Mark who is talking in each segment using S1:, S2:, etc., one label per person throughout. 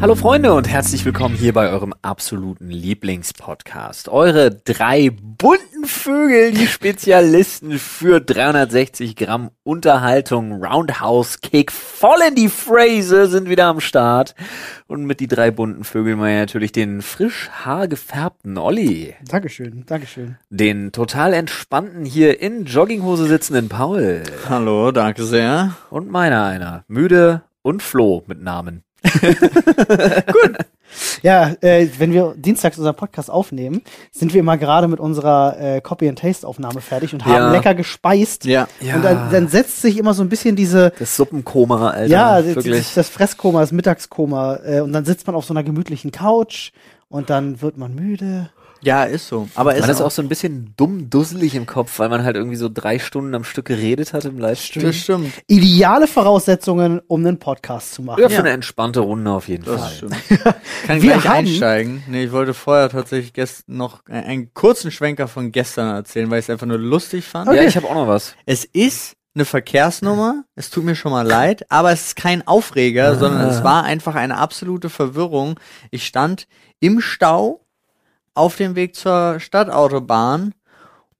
S1: Hallo Freunde und herzlich willkommen hier bei eurem absoluten Lieblingspodcast. Eure drei bunten Vögel, die Spezialisten für 360 Gramm Unterhaltung, Roundhouse Kick, voll in die Phrase, sind wieder am Start. Und mit die drei bunten Vögel mal natürlich den frisch haargefärbten Olli,
S2: Dankeschön, Dankeschön.
S1: den total entspannten hier in Jogginghose sitzenden Paul
S3: Hallo, danke sehr.
S1: und meiner einer, müde und Flo mit Namen.
S2: Ja, äh, wenn wir dienstags unseren Podcast aufnehmen, sind wir immer gerade mit unserer äh, Copy-and-Taste-Aufnahme fertig und haben
S1: Ja.
S2: lecker gespeist.
S3: Ja.
S1: Ja.
S2: Und dann, dann setzt sich immer so ein bisschen diese,
S1: Das Suppenkoma, Alter.
S2: ja, das-
S1: wirklich.
S2: das Fresskoma, das Mittagskoma. Äh, und dann sitzt man auf so einer gemütlichen Couch und dann wird man müde.
S3: Ja, ist so. Aber
S1: Man ist auch so ein bisschen dumm dusselig im Kopf, weil man halt irgendwie so drei Stunden am Stück geredet hat im Livestream.
S3: Das stimmt.
S2: Ideale Voraussetzungen, um einen Podcast zu machen.
S1: Ja, für eine entspannte Runde auf jeden
S3: Das
S1: Fall.
S3: stimmt. Kann
S2: Wir
S3: wir gleich
S2: haben-
S3: einsteigen. Nee, ich wollte vorher tatsächlich gest noch ein- einen kurzen Schwenker von gestern erzählen, weil ich es einfach nur lustig fand.
S1: Ja, ich habe auch noch was.
S3: Es ist eine Verkehrsnummer. Es tut mir schon mal leid, aber es ist kein Aufreger, sondern es war einfach eine absolute Verwirrung. Ich stand im Stau auf dem Weg zur Stadtautobahn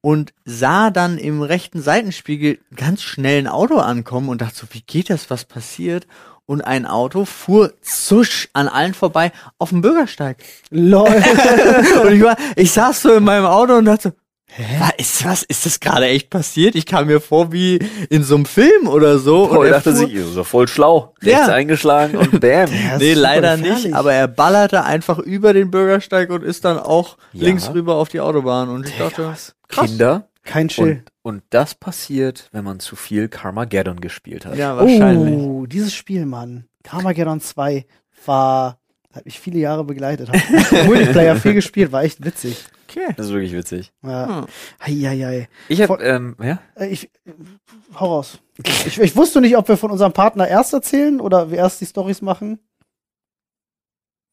S3: und sah dann im rechten Seitenspiegel ganz schnell ein Auto ankommen und dachte so, wie geht das, was passiert? Und ein Auto fuhr zusch an allen vorbei auf dem Bürgersteig.
S2: Lol.
S3: und ich war, ich saß so in meinem Auto und dachte, Hä? Was ist, was ist das gerade echt passiert? Ich kam mir vor wie in so einem Film oder so.
S2: Oh,
S1: Paul
S3: er
S1: dachte
S3: fuhr-
S1: sich, ist doch voll schlau.
S3: Ja.
S1: Rechts eingeschlagen und bam.
S2: das
S3: nee,
S2: ist super
S3: leider
S2: gefährlich.
S3: nicht, aber er ballerte einfach über den Bürgersteig und ist dann auch
S1: Ja.
S3: links rüber auf die Autobahn. Und ich dachte, krass.
S1: Kinder.
S2: Kein
S1: Und,
S2: Chill.
S1: und das passiert, wenn man zu viel Carmageddon gespielt hat.
S3: ja, wahrscheinlich.
S2: Oh, dieses Spiel, Mann. Carmageddon 2 war, hat mich viele Jahre begleitet. Hab Multiplayer viel gespielt, war echt witzig.
S3: Okay.
S1: Das ist wirklich witzig.
S2: Ja.
S3: Hm.
S2: Hei, hei, hei.
S1: Ich hab,
S2: Voll-
S1: ähm, ja?
S2: Äh, Ich, äh, hau raus. Ich, ich wusste nicht, ob wir von unserem Partner erst erzählen oder wir erst die Stories machen.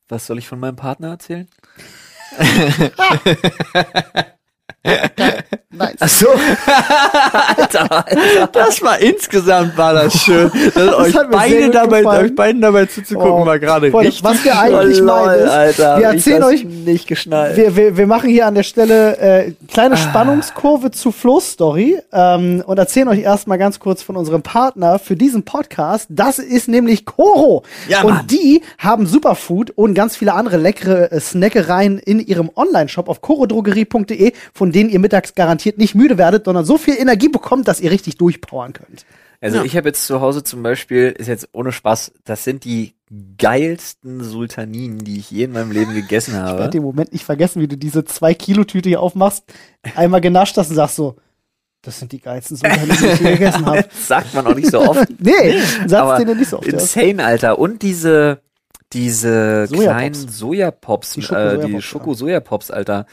S1: Was soll ich von meinem Partner erzählen?
S2: Nice.
S1: Ach so. Alter, Alter.
S3: Das war insgesamt war das schön. Dass euch,
S2: hat mir sehr
S3: beide
S2: gut
S3: dabei,
S2: gefallen.
S3: euch beiden dabei zuzugucken
S2: Oh,
S3: war gerade
S2: voll-
S3: richtig.
S2: was wir eigentlich
S1: oh, lol,
S2: meinen ist,
S1: Alter,
S2: wir
S1: hab ich
S2: erzählen
S1: das
S2: euch-
S1: nicht geschnallt.
S2: Wir, wir, wir machen hier an der Stelle äh,
S3: Ah.
S2: kleine Spannungskurve zu Flo's Story ähm, und erzählen euch erstmal ganz kurz von unserem Partner für diesen Podcast. Das ist nämlich Koro.
S3: Ja, Mann.
S2: und die haben Superfood und ganz viele andere leckere äh, Snackereien in ihrem Online-Shop auf korodrogerie.de, von denen ihr mittags garantiert nicht müde werdet, sondern so viel Energie bekommt, dass ihr richtig durchpowern könnt.
S1: Also
S3: Ja.
S1: ich habe jetzt zu Hause zum Beispiel, ist jetzt ohne Spaß, das sind die geilsten Sultaninen, die ich je in meinem Leben gegessen
S2: Ich werde
S1: habe.
S2: den Moment nicht vergessen, wie du diese 2-Kilo-Tüte hier aufmachst, einmal genascht hast und sagst so, das sind die geilsten Sultanen, die ich je gegessen habe.
S1: Das sagt man auch nicht so oft.
S2: Nee,
S1: aber
S2: Satz, den er nicht so oft hört.
S1: Insane, Alter. Und diese diese
S2: Sojapops.
S1: kleinen Sojapops,
S2: Die
S1: äh, die
S2: Schoko-Sojapops,
S1: Schoko-Sojapops, Alter.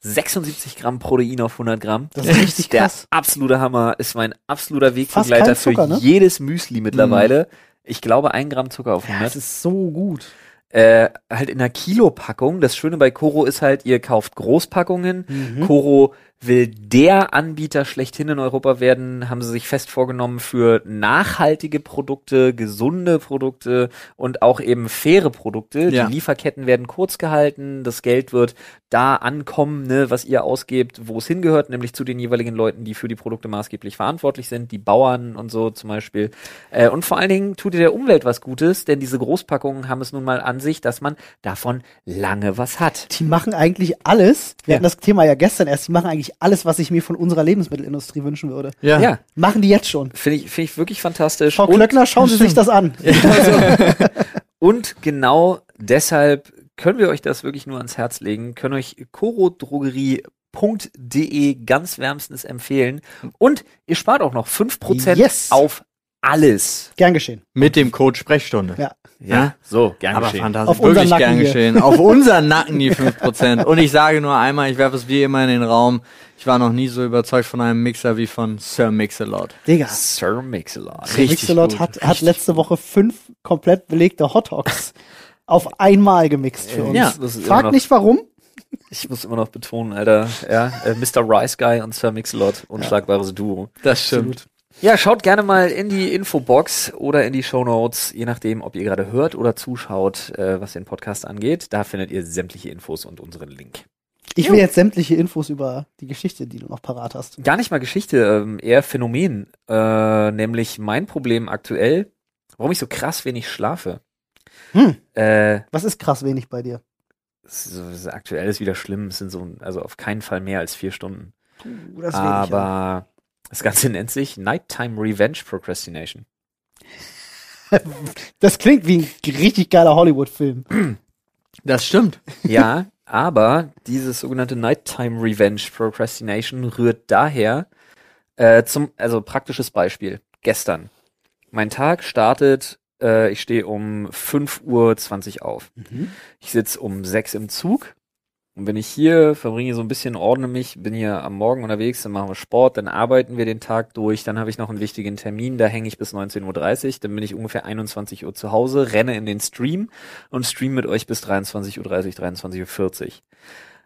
S1: 76 Gramm Protein auf 100 Gramm.
S2: Das ist richtig
S1: der
S2: krass.
S1: absolute Hammer. Ist mein absoluter
S2: kein
S1: Wegbegleiter
S2: Zucker,
S1: für
S2: ne? Mhm.
S1: jedes Müsli mittlerweile. Ich glaube, ein Gramm Zucker auf 100.
S2: Das ist so gut.
S1: äh, halt in einer Kilopackung. Das Schöne bei Koro ist halt, ihr kauft Großpackungen. Koro will der Anbieter schlechthin in Europa werden, haben sie sich fest vorgenommen für nachhaltige Produkte, gesunde Produkte und auch eben faire Produkte.
S3: Ja.
S1: Die Lieferketten werden kurz gehalten, das Geld wird da ankommen, ne, was ihr ausgebt, wo es hingehört, nämlich zu den jeweiligen Leuten, die für die Produkte maßgeblich verantwortlich sind, die Bauern und so zum Beispiel. Äh, und vor allen Dingen tut ihr der Umwelt was Gutes, denn diese Großpackungen haben es nun mal an sich, dass man davon lange was hat.
S2: Die machen eigentlich alles. Wir
S1: Ja.
S2: hatten das Thema ja gestern erst. Die machen eigentlich alles, was ich mir von unserer Lebensmittelindustrie wünschen würde.
S3: Ja.
S1: Ja,
S2: Machen die jetzt schon.
S1: finde ich, finde ich wirklich fantastisch.
S2: Frau
S1: und,
S2: Klöckner, schauen Sie sich das an.
S1: und genau deshalb können wir euch das wirklich nur ans Herz legen, können euch korodrogerie.de ganz wärmstens empfehlen. Und ihr spart auch noch 5%
S2: Yes.
S1: auf alles.
S2: Gern geschehen.
S3: Mit dem Code Sprechstunde.
S2: Ja.
S3: Ja,
S1: so, gern
S3: Aber
S1: geschehen.
S3: fantastisch.
S2: Auf unseren
S3: wirklich
S2: Nacken
S3: gern
S2: hier.
S3: geschehen. Auf unseren Nacken die 5%. Und ich sage nur einmal, ich werfe es wie immer in den Raum. Ich war noch nie so überzeugt von einem Mixer wie von Sir Mix-a-Lot.
S2: Digga.
S1: Sir Mix-a-Lot.
S3: Richtig
S2: Mixelot
S3: gut.
S2: hat, hat letzte Woche fünf komplett belegte Hot Dogs auf einmal gemixt für uns.
S3: Ja,
S1: Äh, das ist immer
S2: Frag
S1: noch-
S2: nicht warum.
S1: Ich muss immer noch betonen, Alter. Ja, äh, Mr. Rice Guy und Sir Mix-a-Lot, unschlagbares Duo.
S3: Das
S2: stimmt.
S1: Ja, schaut gerne mal in die Infobox oder in die Shownotes, je nachdem, ob ihr gerade hört oder zuschaut, äh, was den Podcast angeht. Da findet ihr sämtliche Infos und unseren Link.
S2: Ich will jetzt sämtliche Infos über die Geschichte, die du noch parat hast.
S1: Gar nicht mal Geschichte, ähm, eher Phänomen. Äh, nämlich mein Problem aktuell, warum ich so krass wenig schlafe.
S2: Hm.
S1: Äh,
S2: Was ist krass wenig bei dir?
S1: es ist- es ist aktuell ist wieder schlimm, es sind so, also auf keinen Fall mehr als vier Stunden.
S2: das
S1: Aber das Ganze nennt sich Nighttime Revenge Procrastination.
S2: Das klingt wie ein richtig geiler Hollywood-Film.
S3: Das stimmt.
S1: Ja, aber dieses sogenannte Nighttime Revenge Procrastination rührt daher äh, zum, also praktisches Beispiel, gestern. Mein Tag startet, äh, ich stehe um 5.20 Uhr auf. Ich sitze um 6 im Zug und bin ich hier, verbringe so ein bisschen, ordne mich, bin hier am Morgen unterwegs, dann machen wir Sport, dann arbeiten wir den Tag durch, dann habe ich noch einen wichtigen Termin, da hänge ich bis 19.30 Uhr, dann bin ich ungefähr 21 Uhr zu Hause, renne in den Stream und stream mit euch bis 23.30 Uhr, 23.40 Uhr.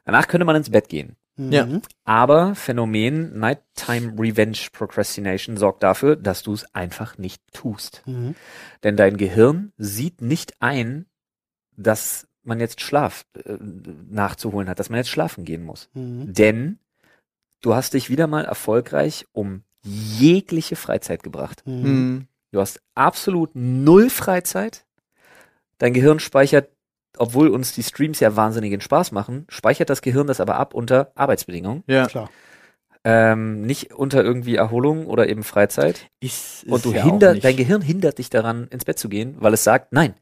S1: Danach könnte man ins Bett gehen.
S3: Ja.
S2: Mhm.
S1: Aber Phänomen Nighttime Revenge Procrastination sorgt dafür, dass du es einfach nicht tust.
S2: Mhm.
S1: Denn dein Gehirn sieht nicht ein, dass man jetzt Schlaf äh, nachzuholen hat, dass man jetzt schlafen gehen muss.
S2: Mhm.
S1: Denn du hast dich wieder mal erfolgreich um jegliche Freizeit gebracht.
S2: Mhm.
S3: Mhm.
S1: Du hast absolut null Freizeit. Dein Gehirn speichert, obwohl uns die Streams ja wahnsinnigen Spaß machen, speichert das Gehirn das aber ab unter Arbeitsbedingungen.
S3: Ja.
S2: Klar.
S1: Ähm, nicht unter irgendwie Erholung oder eben Freizeit.
S3: Ist,
S1: Und du hinder, dein Gehirn hindert dich daran, ins Bett zu gehen, weil es sagt, nein,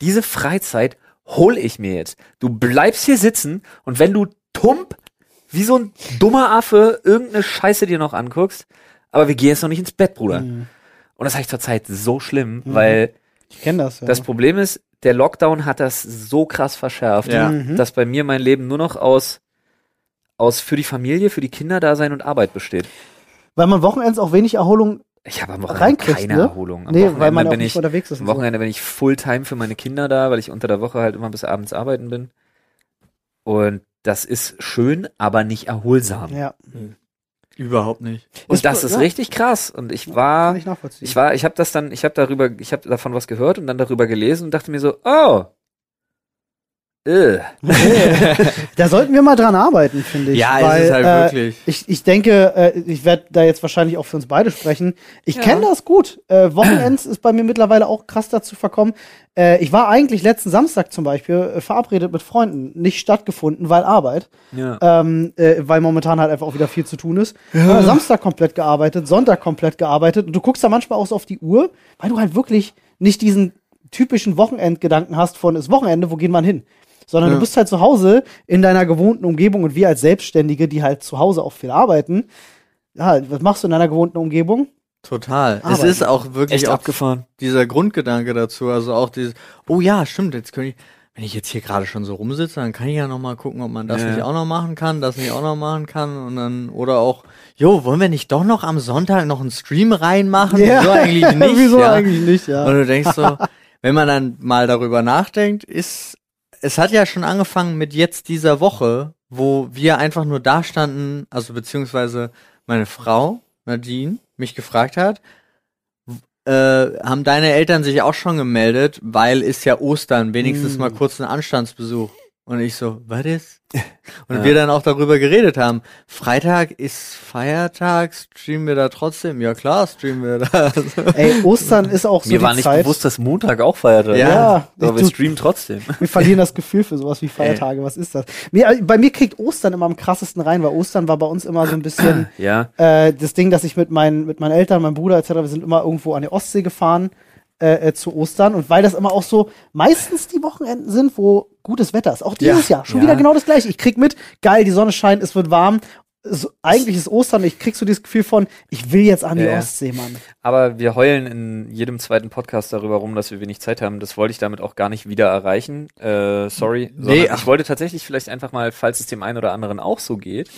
S1: diese Freizeit hol ich mir jetzt. Du bleibst hier sitzen und wenn du tump wie so ein dummer Affe irgendeine Scheiße dir noch anguckst, aber wir gehen jetzt noch nicht ins Bett, Bruder.
S2: Mhm.
S1: Und das habe ich zurzeit so schlimm, weil
S2: Ich kenne das. Ja.
S1: das Problem ist, der Lockdown hat das so krass verschärft,
S3: Ja.
S2: Mhm.
S1: dass bei mir mein Leben nur noch aus, aus für die Familie, für die Kinder da sein und Arbeit besteht.
S2: Weil man Wochenends auch wenig Erholung
S1: Ich habe am Wochenende
S2: reinkriegt.
S1: keine
S2: ne?
S1: Erholung. Am
S2: nee, weil
S1: Wochenende
S2: man ja auch
S1: bin
S2: nicht
S1: ich,
S2: unterwegs ist.
S1: am
S2: und so.
S1: Wochenende bin ich Fulltime für meine Kinder da, weil ich unter der Woche halt immer bis abends arbeiten bin. Und das ist schön, aber nicht erholsam.
S2: Ja,
S3: Überhaupt nicht.
S1: Und
S2: Ist-
S1: das ist
S2: ja.
S1: richtig krass. Und ich war,
S2: kann ich nachvollziehen.
S1: Ich war, ich habe das dann, ich habe darüber, ich habe davon was gehört und dann darüber gelesen und dachte mir so, oh, äh,
S2: da sollten wir mal dran arbeiten, finde ich.
S3: Ja,
S2: weil,
S3: es ist halt
S2: äh,
S3: wirklich.
S2: Ich, ich denke, äh, ich werde da jetzt wahrscheinlich auch für uns beide sprechen. Ich
S1: Ja.
S2: kenne das gut. Äh, Wochenends ist bei mir mittlerweile auch krass dazu verkommen. Äh, ich war eigentlich letzten Samstag zum Beispiel äh, verabredet mit Freunden, nicht stattgefunden, weil Arbeit,
S1: ja.
S2: ähm, äh, weil momentan halt einfach auch wieder viel zu tun ist. Äh, Samstag komplett gearbeitet, Sonntag komplett gearbeitet und du guckst da manchmal auch so auf die Uhr, weil du halt wirklich nicht diesen typischen Wochenendgedanken hast von ist Wochenende, wo geht man hin? Sondern du
S3: Ja.
S2: bist halt zu Hause in deiner gewohnten Umgebung und wir als Selbstständige, die halt zu Hause auch viel arbeiten, ja, was machst du in deiner gewohnten Umgebung?
S3: Total. Es
S2: Arbeiten.
S3: ist auch wirklich
S1: echt
S3: auch
S1: abgefahren.
S3: dieser Grundgedanke dazu, also auch dieses, oh ja, stimmt, jetzt könnte ich, wenn ich jetzt hier gerade schon so rumsitze, dann kann ich ja nochmal gucken, ob man das
S1: Ja.
S3: nicht auch noch machen kann, das nicht auch noch machen kann und dann, oder auch, jo, wollen wir nicht doch noch am Sonntag noch einen Stream reinmachen? Wieso eigentlich nicht?
S2: Wieso
S3: ja?
S2: eigentlich nicht,
S3: Und
S2: ja.
S3: du denkst so, wenn man dann mal darüber nachdenkt, ist, es hat ja schon angefangen mit jetzt dieser Woche, wo wir einfach nur da standen, also beziehungsweise meine Frau, Nadine, mich gefragt hat, w- äh, haben deine Eltern sich auch schon gemeldet, weil ist ja Ostern, wenigstens
S2: Mm.
S3: mal kurz einen Anstandsbesuch. Und ich so, was ist? Und
S1: Ja.
S3: wir dann auch darüber geredet haben. Freitag ist Feiertag, streamen wir da trotzdem? Ja klar, streamen wir da.
S2: Ey, Ostern ist auch so
S1: Mir
S2: die
S1: war nicht
S2: Zeit.
S1: bewusst, dass Montag auch Feiertag ist.
S2: Ja,
S1: aber
S2: ich-
S1: wir
S2: du-
S1: streamen trotzdem.
S2: Wir verlieren das Gefühl für sowas wie Feiertage. Was ist das? Mir, also bei mir kriegt Ostern immer am krassesten rein, weil Ostern war bei uns immer so ein bisschen
S1: Ja,
S2: äh, das Ding, dass ich mit meinen, mit meinen Eltern, meinem Bruder etc., wir sind immer irgendwo an die Ostsee gefahren äh, äh, zu Ostern. Und weil das immer auch so meistens die Wochenenden sind, wo gutes Wetter ist. Auch dieses
S3: Ja.
S2: Jahr schon
S1: Ja.
S2: wieder genau das gleiche. Ich krieg mit, geil, die Sonne scheint, es wird warm. So, eigentlich ist Ostern, ich krieg so dieses Gefühl von, ich will jetzt an die
S1: Ja, ja.
S2: Ostsee, Mann.
S1: aber wir heulen in jedem zweiten Podcast darüber rum, dass wir wenig Zeit haben. Das wollte ich damit auch gar nicht wieder erreichen. Äh, sorry.
S3: Nee,
S1: Sondern
S3: ach.
S1: ich wollte tatsächlich vielleicht einfach mal, falls es dem einen oder anderen auch so geht,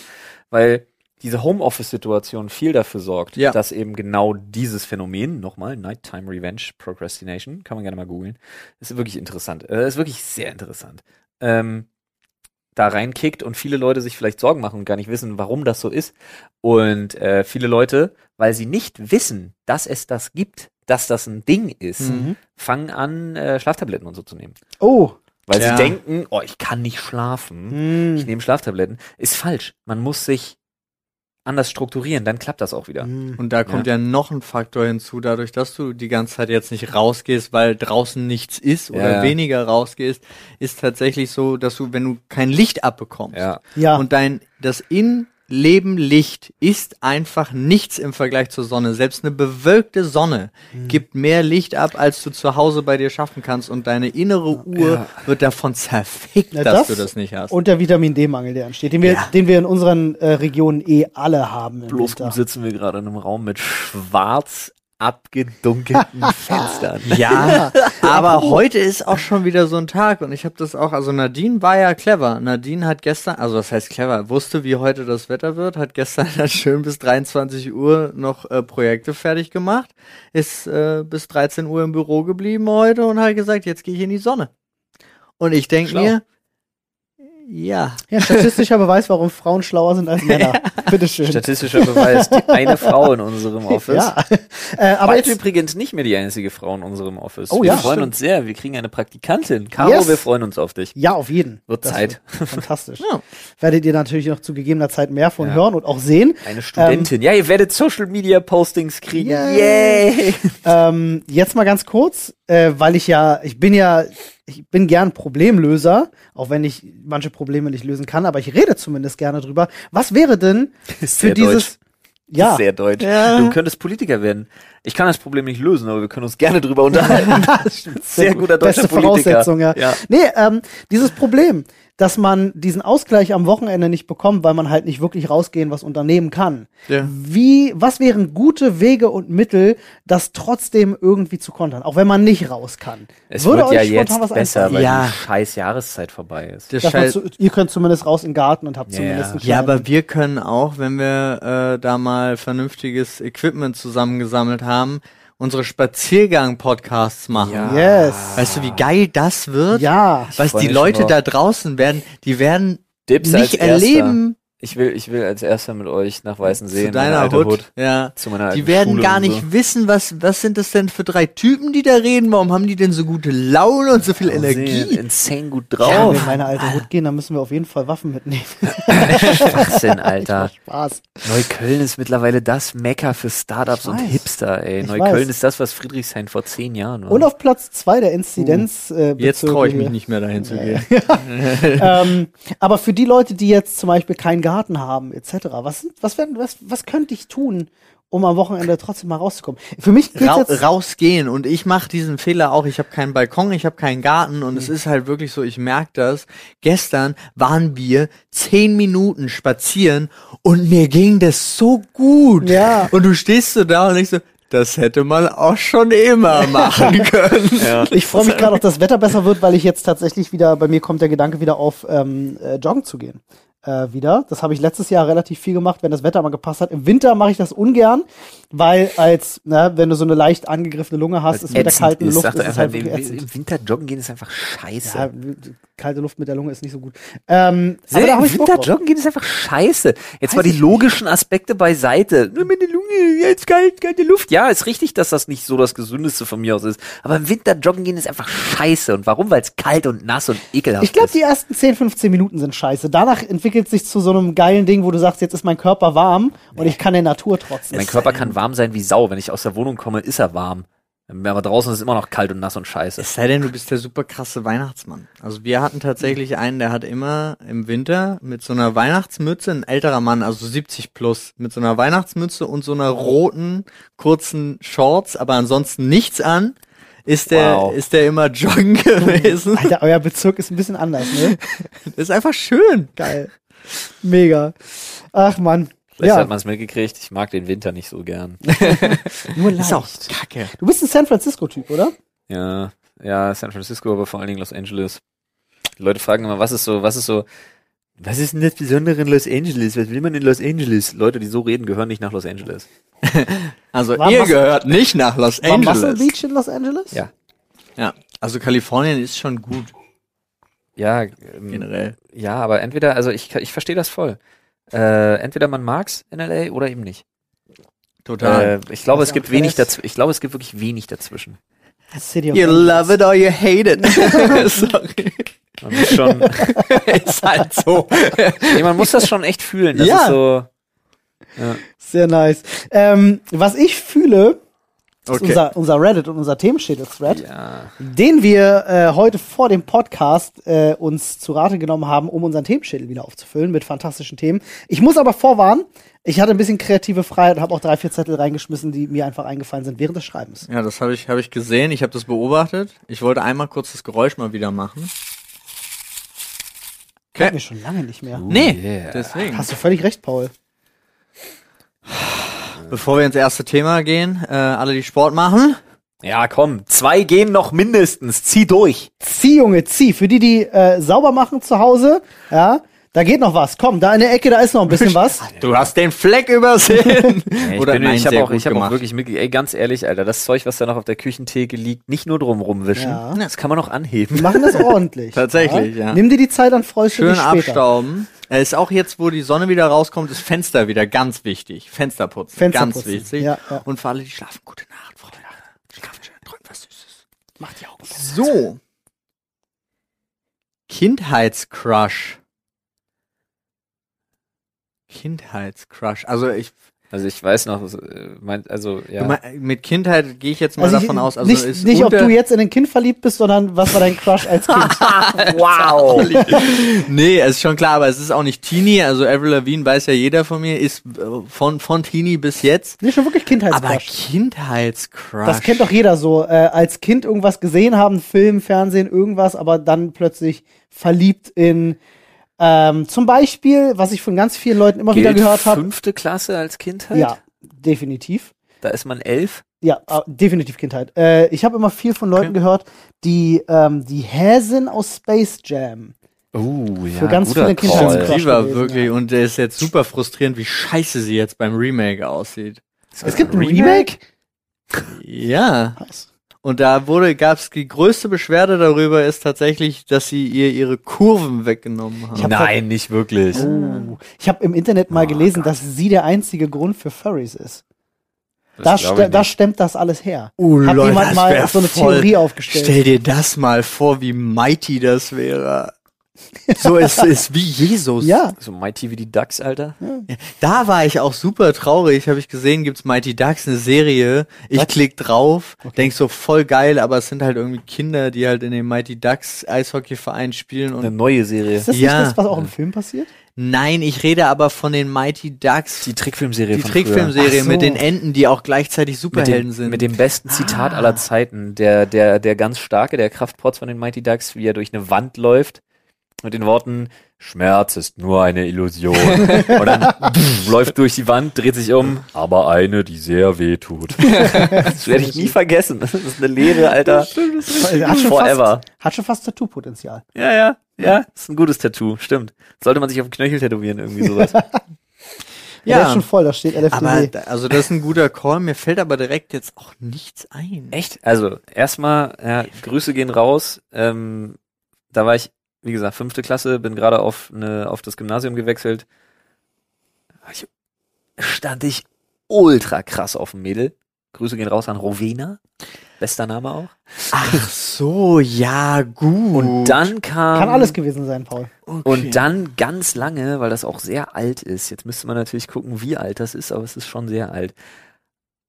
S1: weil diese Homeoffice-Situation viel dafür sorgt,
S3: Ja.
S1: dass eben genau dieses Phänomen, nochmal, Nighttime Revenge Procrastination, kann man gerne mal googeln, ist wirklich interessant, äh, ist wirklich sehr interessant, ähm, da reinkickt und viele Leute sich vielleicht Sorgen machen und gar nicht wissen, warum das so ist. Und äh, viele Leute weil sie nicht wissen, dass es das gibt, dass das ein Ding ist, fangen an, äh, Schlaftabletten und so zu nehmen.
S2: Oh.
S1: Weil
S3: Ja.
S1: sie denken, oh, ich kann nicht schlafen, ich nehme Schlaftabletten. Ist falsch. Man muss sich anders strukturieren, dann klappt das auch wieder.
S2: Mhm.
S3: Und da kommt ja. noch ein Faktor hinzu, dadurch, dass du die ganze Zeit jetzt nicht rausgehst, weil draußen nichts ist oder
S1: Ja.
S3: weniger rausgehst, ist tatsächlich so, dass du, wenn du kein Licht abbekommst
S1: Ja.
S2: Ja.
S3: und dein, das Innenleben Licht ist einfach nichts im Vergleich zur Sonne. Selbst eine bewölkte Sonne
S2: Hm.
S3: gibt mehr Licht ab, als du zu Hause bei dir schaffen kannst und deine innere Uhr wird davon zerfickt,
S2: Na,
S3: dass
S2: das
S3: du das nicht hast.
S2: und der Vitamin D-Mangel, der entsteht, den wir,
S3: Ja.
S2: den wir in unseren äh, Regionen eh alle haben. Im
S1: Bloß
S2: Winter.
S1: gut sitzen wir gerade in einem Raum mit schwarz abgedunkelten Fenstern.
S3: Ja, aber heute ist auch schon wieder so ein Tag und ich habe das auch, also Nadine war ja clever. Nadine hat gestern, also was heißt clever, wusste, wie heute das Wetter wird, hat gestern dann schön bis 23 Uhr noch äh, Projekte fertig gemacht, ist äh, bis 13 Uhr im Büro geblieben heute und hat gesagt, jetzt gehe ich in die Sonne. Und ich denke
S1: Schlau.
S3: mir, ja,
S2: Ja, statistischer Beweis, warum Frauen schlauer sind als Männer. Bitteschön.
S1: Statistischer Beweis, die eine Frau in unserem Office.
S2: Ja. Äh, aber
S1: Aber jetzt
S2: jetzt,
S1: übrigens nicht mehr die einzige Frau in unserem Office.
S2: Oh
S1: wir
S2: ja,
S1: freuen
S2: stimmt.
S1: uns sehr. Wir kriegen eine Praktikantin. Caro,
S2: Yes.
S1: wir freuen uns auf dich.
S2: ja, auf jeden.
S1: Wird
S2: Das
S1: Zeit.
S2: wird Fantastisch.
S3: Ja.
S2: Werdet ihr natürlich noch zu gegebener Zeit mehr von
S1: Ja.
S2: hören und auch sehen.
S1: Eine Studentin. ja, ihr werdet Social Media Postings kriegen.
S2: Ähm, Yay.
S1: Yay!
S2: Ähm, jetzt mal ganz kurz, äh, weil ich ja, ich bin ja, ich bin gern Problemlöser, auch wenn ich manche Probleme nicht lösen kann, aber ich rede zumindest gerne drüber. Was wäre denn
S1: Ist
S2: für
S1: sehr
S2: dieses, ja,
S1: Sehr deutsch.
S3: Ja.
S1: Du könntest Politiker werden. Ich kann das Problem nicht lösen, aber wir können uns gerne drüber unterhalten. sehr
S2: gut.
S1: guter deutscher
S2: beste
S1: Politiker.
S2: Voraussetzung, ja.
S1: Ja.
S2: Nee, ähm, dieses Problem, dass man diesen Ausgleich am Wochenende nicht bekommt, weil man halt nicht wirklich rausgehen, was unternehmen kann.
S3: Ja.
S2: Wie, was wären gute Wege und Mittel, das trotzdem irgendwie zu kontern, auch wenn man nicht raus kann?
S1: Es wird ja jetzt besser,
S2: einfallen?
S1: weil
S3: Ja.
S1: die scheiß Jahreszeit vorbei ist.
S3: der
S2: Dass man
S3: Scheiß.
S2: zu, ihr könnt zumindest raus in den Garten und habt
S1: Ja,
S2: zumindest einen
S3: Ja,
S2: kleinen-
S1: äh,
S3: aber wir können auch, wenn wir äh, da mal vernünftiges Equipment zusammengesammelt haben, unsere Spaziergang-Podcasts machen.
S1: Ja.
S2: Yes.
S3: Weißt du, wie geil das wird?
S2: Ja.
S3: Was
S1: freu
S3: die
S1: mich
S3: Leute
S1: schon
S3: da draußen werden, die werden
S1: Dips als
S3: nicht
S1: Erster.
S3: erleben
S1: Ich will, ich will als erster mit euch nach Weißensee
S3: zu
S1: in meine
S3: deiner
S1: alte
S3: Hood. Ja.
S1: Zu meiner alten
S3: Die werden
S1: Schule
S3: gar
S1: und so.
S3: nicht wissen, was, was sind das denn für drei Typen, die da reden? Warum haben die denn so gute Laune und so
S2: Oh,
S3: viel
S1: Sehen
S3: Energie?
S1: Insane gut
S2: Wenn wir in
S1: drauf.
S2: meine alte Hut gehen, dann müssen wir auf jeden Fall Waffen mitnehmen.
S1: Schwachsinn, Alter.
S2: Spaß.
S1: Neukölln ist mittlerweile das Mecker für Startups
S2: Ich
S1: und
S2: weiß.
S1: Hipster, ey.
S2: Ich
S1: Neukölln
S2: weiß.
S1: ist das, was Friedrichshain vor zehn Jahren war.
S2: Und auf Platz zwei der
S1: Uh.
S2: Inzidenz. Äh,
S3: Jetzt
S2: Bezirke
S3: traue ich
S2: hier.
S3: mich nicht mehr dahin zu gehen.
S2: ähm, aber für die Leute, die jetzt zum Beispiel keinen Garten haben, etc., was, sind- was, werden, was, was könnte ich tun, um am Wochenende trotzdem mal rauszukommen? Für mich geht's
S3: Ra
S2: jetzt.
S3: rausgehen und ich mache diesen Fehler auch. Ich habe keinen Balkon, ich habe keinen Garten und
S2: Mhm.
S3: es ist halt wirklich so, ich merke das. Gestern waren wir zehn Minuten spazieren und mir ging das so gut.
S2: Ja.
S3: Und du stehst so da und denkst so, das hätte man auch schon immer machen können.
S2: Ich freue mich gerade, dass das Wetter besser wird, weil ich jetzt tatsächlich wieder, bei mir kommt der Gedanke wieder auf, ähm, äh, joggen zu gehen. Äh, wieder. Das habe ich letztes Jahr relativ viel gemacht, wenn das Wetter mal gepasst hat. Im Winter mache ich das ungern, weil als, ne, wenn du so eine leicht angegriffene Lunge hast, ist mit der
S1: Ätzend
S2: kalten
S1: ist,
S2: Luft
S1: sagt
S2: ist
S1: er
S2: es
S1: einfach,
S2: halt wirklich
S1: im-
S2: ätzend.
S1: Im Winter joggen gehen ist einfach
S2: Ja,
S1: scheiße.
S2: w- kalte Luft mit der Lunge ist nicht so gut. Ähm,
S1: Sehr,
S2: aber da hab
S1: Im
S2: ich Bock
S1: Winter
S2: drauf.
S1: joggen gehen ist einfach scheiße. Jetzt
S2: Weiß
S1: mal die
S2: ich nicht.
S1: logischen Aspekte beiseite. Nur meine Lunge, jetzt kalt, kalte Luft. Ja, ist richtig, dass das nicht so das Gesündeste von mir aus ist. Aber im Winter joggen gehen ist einfach scheiße. Und warum? Weil es kalt und nass und ekelhaft
S2: Ich glaube,
S1: ist.
S2: die ersten 10, 15 Minuten sind scheiße. Danach entwickelt sich zu so einem geilen Ding, wo du sagst, jetzt ist mein Körper warm und ich kann der Natur trotzdem.
S1: Mein Körper kann warm sein wie Sau. Wenn ich aus der Wohnung komme, ist er warm. Aber draußen ist es immer noch kalt und nass und scheiße.
S3: Es sei denn, du bist der super krasse Weihnachtsmann. Also wir hatten tatsächlich einen, der hat immer im Winter mit so einer Weihnachtsmütze, ein älterer Mann, also 70 plus, mit so einer Weihnachtsmütze und so einer roten, kurzen Shorts, aber ansonsten nichts an, ist der,
S1: Wow.
S3: ist der immer joggen gewesen.
S2: Alter, euer Bezirk ist ein bisschen anders, ne?
S3: Das ist einfach schön.
S2: Geil. Mega. Ach man.
S1: Vielleicht
S2: ja,
S1: hat man es mitgekriegt. Ich mag den Winter nicht so gern.
S2: nur
S3: Ist auch
S2: leicht.
S3: kacke.
S2: Du bist ein San Francisco-Typ, oder?
S1: Ja, ja, San Francisco, aber vor allen Dingen Los Angeles. Die Leute fragen immer, was ist so, was ist so, was ist denn das Besondere in Los Angeles? Was will man in Los Angeles? Leute, die so reden, gehören nicht nach Los Angeles.
S3: Also
S2: War
S3: ihr
S2: Mas-
S3: gehört nicht nach Los
S2: War Muscle
S3: Angeles.
S2: Beach in Los Angeles?
S1: Ja.
S3: Ja, also Kalifornien ist schon gut,
S1: Ja,
S2: Genau.
S1: ähm,
S3: generell.
S1: ja, aber entweder, also ich, ich verstehe das voll. Äh, entweder man mag's in LA oder eben nicht.
S3: Total.
S1: Äh, ich glaube,
S2: Das
S1: es gibt
S2: ist
S1: wenig
S2: alles.
S1: dazwischen. Ich glaube, es gibt wirklich wenig dazwischen.
S2: City of
S3: You
S2: Angels.
S3: love it or you hate it. Sorry.
S1: Man muss, schon,
S3: Ist halt so.
S1: nee, man muss das schon echt fühlen. Das
S3: Ja.
S1: ist so.
S2: Sehr nice. Ähm, was ich fühle, ist
S3: Okay.
S2: unser, unser Reddit und unser Themenschädel-Thread,
S1: Ja.
S2: den wir äh, heute vor dem Podcast äh, uns zu Rate genommen haben, um unseren Themenschädel wieder aufzufüllen mit fantastischen Themen. Ich muss aber vorwarnen, ich hatte ein bisschen kreative Freiheit und habe auch drei, vier Zettel reingeschmissen, die mir einfach eingefallen sind während des Schreibens.
S3: Ja, das habe ich, hab ich gesehen. Ich habe das beobachtet. Ich wollte einmal kurz das Geräusch mal wieder machen.
S2: Hatten wir schon lange nicht mehr.
S3: Nee,
S1: yeah.
S3: deswegen.
S2: Hast du völlig recht, Paul.
S3: Bevor wir ins erste Thema gehen, äh, alle, die Sport machen.
S1: ja, komm. Zwei gehen noch mindestens. Zieh durch.
S2: Zieh, Junge, zieh. Für die, die äh, sauber machen zu Hause, ja, da geht noch was. Komm, da in der Ecke, da ist noch ein bisschen was.
S3: Du hast den Fleck übersehen.
S1: ich
S3: Oder
S1: bin,
S3: nein,
S1: ich habe
S3: sehr
S1: auch,
S3: gut
S1: ich hab auch
S3: gemacht.
S1: wirklich mitgekriegt, ey, ganz ehrlich, Alter, das Zeug, was da noch auf der Küchentheke liegt, nicht nur drum rumwischen,
S2: Ja.
S1: das kann man noch anheben.
S2: Wir machen das ordentlich.
S3: Tatsächlich, ja.
S2: Nimm dir die Zeit, dann freust du
S3: Schön
S2: dich später.
S3: abstauben. Äh, ist auch jetzt, wo die Sonne wieder rauskommt, ist Fenster wieder ganz wichtig. Fenster putzen.
S2: Fenster
S3: ganz
S2: putzen,
S3: wichtig.
S2: ja, ja.
S3: Und für alle, die schlafen, gute Nacht, Frau Nacht. Schlafen schön, träumt was Süßes.
S2: Macht die Augen zu.
S3: So. Kindheitscrush. Kindheitscrush. Also ich
S1: Also ich weiß noch, es, äh, meint, also ja.
S3: du mein- mit Kindheit gehe ich jetzt mal
S2: Also ich,
S3: davon aus. Also
S2: nicht,
S3: ist
S2: nicht ob
S3: unter-
S2: du jetzt in ein Kind verliebt bist, sondern was war dein Crush als Kind?
S1: wow.
S3: nee, ist schon klar, aber es ist auch nicht Teenie. Also Avril Lavigne weiß ja jeder von mir, ist äh, von, von Teenie bis jetzt.
S2: Nee, schon wirklich
S3: Aber
S2: Kindheitscrush.
S3: Kindheitscrush.
S2: Das kennt doch jeder so. Äh, als Kind irgendwas gesehen haben, Film, Fernsehen, irgendwas, aber dann plötzlich verliebt in ähm, zum Beispiel, was ich von ganz vielen Leuten immer wieder
S1: Gilt
S2: gehört habe.
S1: fünfte Klasse als Kindheit?
S2: Ja, definitiv.
S1: Da ist man elf.
S2: Ja, äh, definitiv Kindheit. Äh, ich habe immer viel von Leuten gehört, die ähm, die Häsin aus Space Jam.
S1: Oh, ja.
S2: ganz
S1: guter
S2: viele Kinder
S1: Call.
S2: sind Crush
S3: Die Oh, war
S2: gewesen,
S3: wirklich,
S2: ja.
S3: und der ist jetzt super frustrierend, wie scheiße sie jetzt beim Remake aussieht.
S2: Es
S1: Äh,
S2: gibt ein Remake?
S3: Ja.
S2: Nice.
S3: Und da wurde, gab's die größte Beschwerde darüber ist tatsächlich, dass sie ihr ihre Kurven weggenommen haben.
S2: hab
S1: Nein, nicht wirklich.
S2: Oh. Ich habe im Internet mal
S1: Oh
S2: gelesen,
S1: Gott.
S2: dass sie der einzige Grund für Furries ist. Da,
S1: glaub ich
S2: st da stemmt das alles her.
S3: Oh,
S2: Hat
S3: Leute,
S2: jemand
S3: das
S2: mal
S3: wär
S2: so eine
S3: voll-
S2: Theorie aufgestellt?
S3: Stell dir das mal vor, wie mighty das wäre. So ist es wie Jesus.
S2: ja,
S1: nicht. So Mighty wie die Ducks, Alter.
S3: Da war ich auch super traurig, habe ich gesehen, gibt's Mighty Ducks eine Serie. Ich klick drauf, denk so voll geil, aber es sind halt irgendwie Kinder, die halt in dem Mighty Ducks Eishockeyverein spielen und
S1: Eine neue Serie.
S2: ist das
S3: Ja.
S2: nicht das, was auch im Film passiert?
S3: nein, ich rede aber von den Mighty Ducks,
S1: Die
S3: die,
S1: Trickfilmserie von früher.
S3: Trickfilmserie
S2: Ach so.
S3: mit den Enten, die auch gleichzeitig
S1: mit
S3: Superhelden
S1: dem,
S3: sind.
S1: mit dem besten
S2: Ah.
S1: Zitat aller Zeiten. Der, der, der ganz starke, der Kraftprotz von den Mighty Ducks, wie er durch eine Wand läuft. Mit den Worten, Schmerz ist nur eine Illusion. Und dann pff, läuft durch die Wand, dreht sich um, aber eine, die sehr weh tut. Das werde ich nie vergessen. Das ist eine Lehre, Alter.
S2: Hat schon,
S1: Forever.
S2: Fast, hat schon fast Tattoo-Potenzial.
S1: Ja, ja, ja. Ist ein gutes Tattoo, stimmt. Sollte man sich auf den Knöchel tätowieren, irgendwie sowas.
S2: Ja. Der ist
S3: ja,
S2: schon voll, da steht
S3: aber
S2: LFDW.
S3: da- also das ist ein guter Call, mir fällt aber direkt jetzt auch nichts ein.
S1: Echt? Also, erstmal, ja, Grüße gehen raus. Ähm, da war ich, wie gesagt, fünfte Klasse, bin gerade auf, ne, auf das Gymnasium gewechselt. Ich, stand ich ultra krass auf dem Mädel. Grüße gehen raus an Rowena. Bester Name auch.
S3: Ach so, ja, gut.
S1: Und dann kam.
S3: ähm,
S2: Kann alles gewesen sein, Paul.
S1: Und dann ganz lange, weil das auch sehr alt ist. Jetzt müsste man natürlich gucken, wie alt das ist, aber es ist schon sehr alt.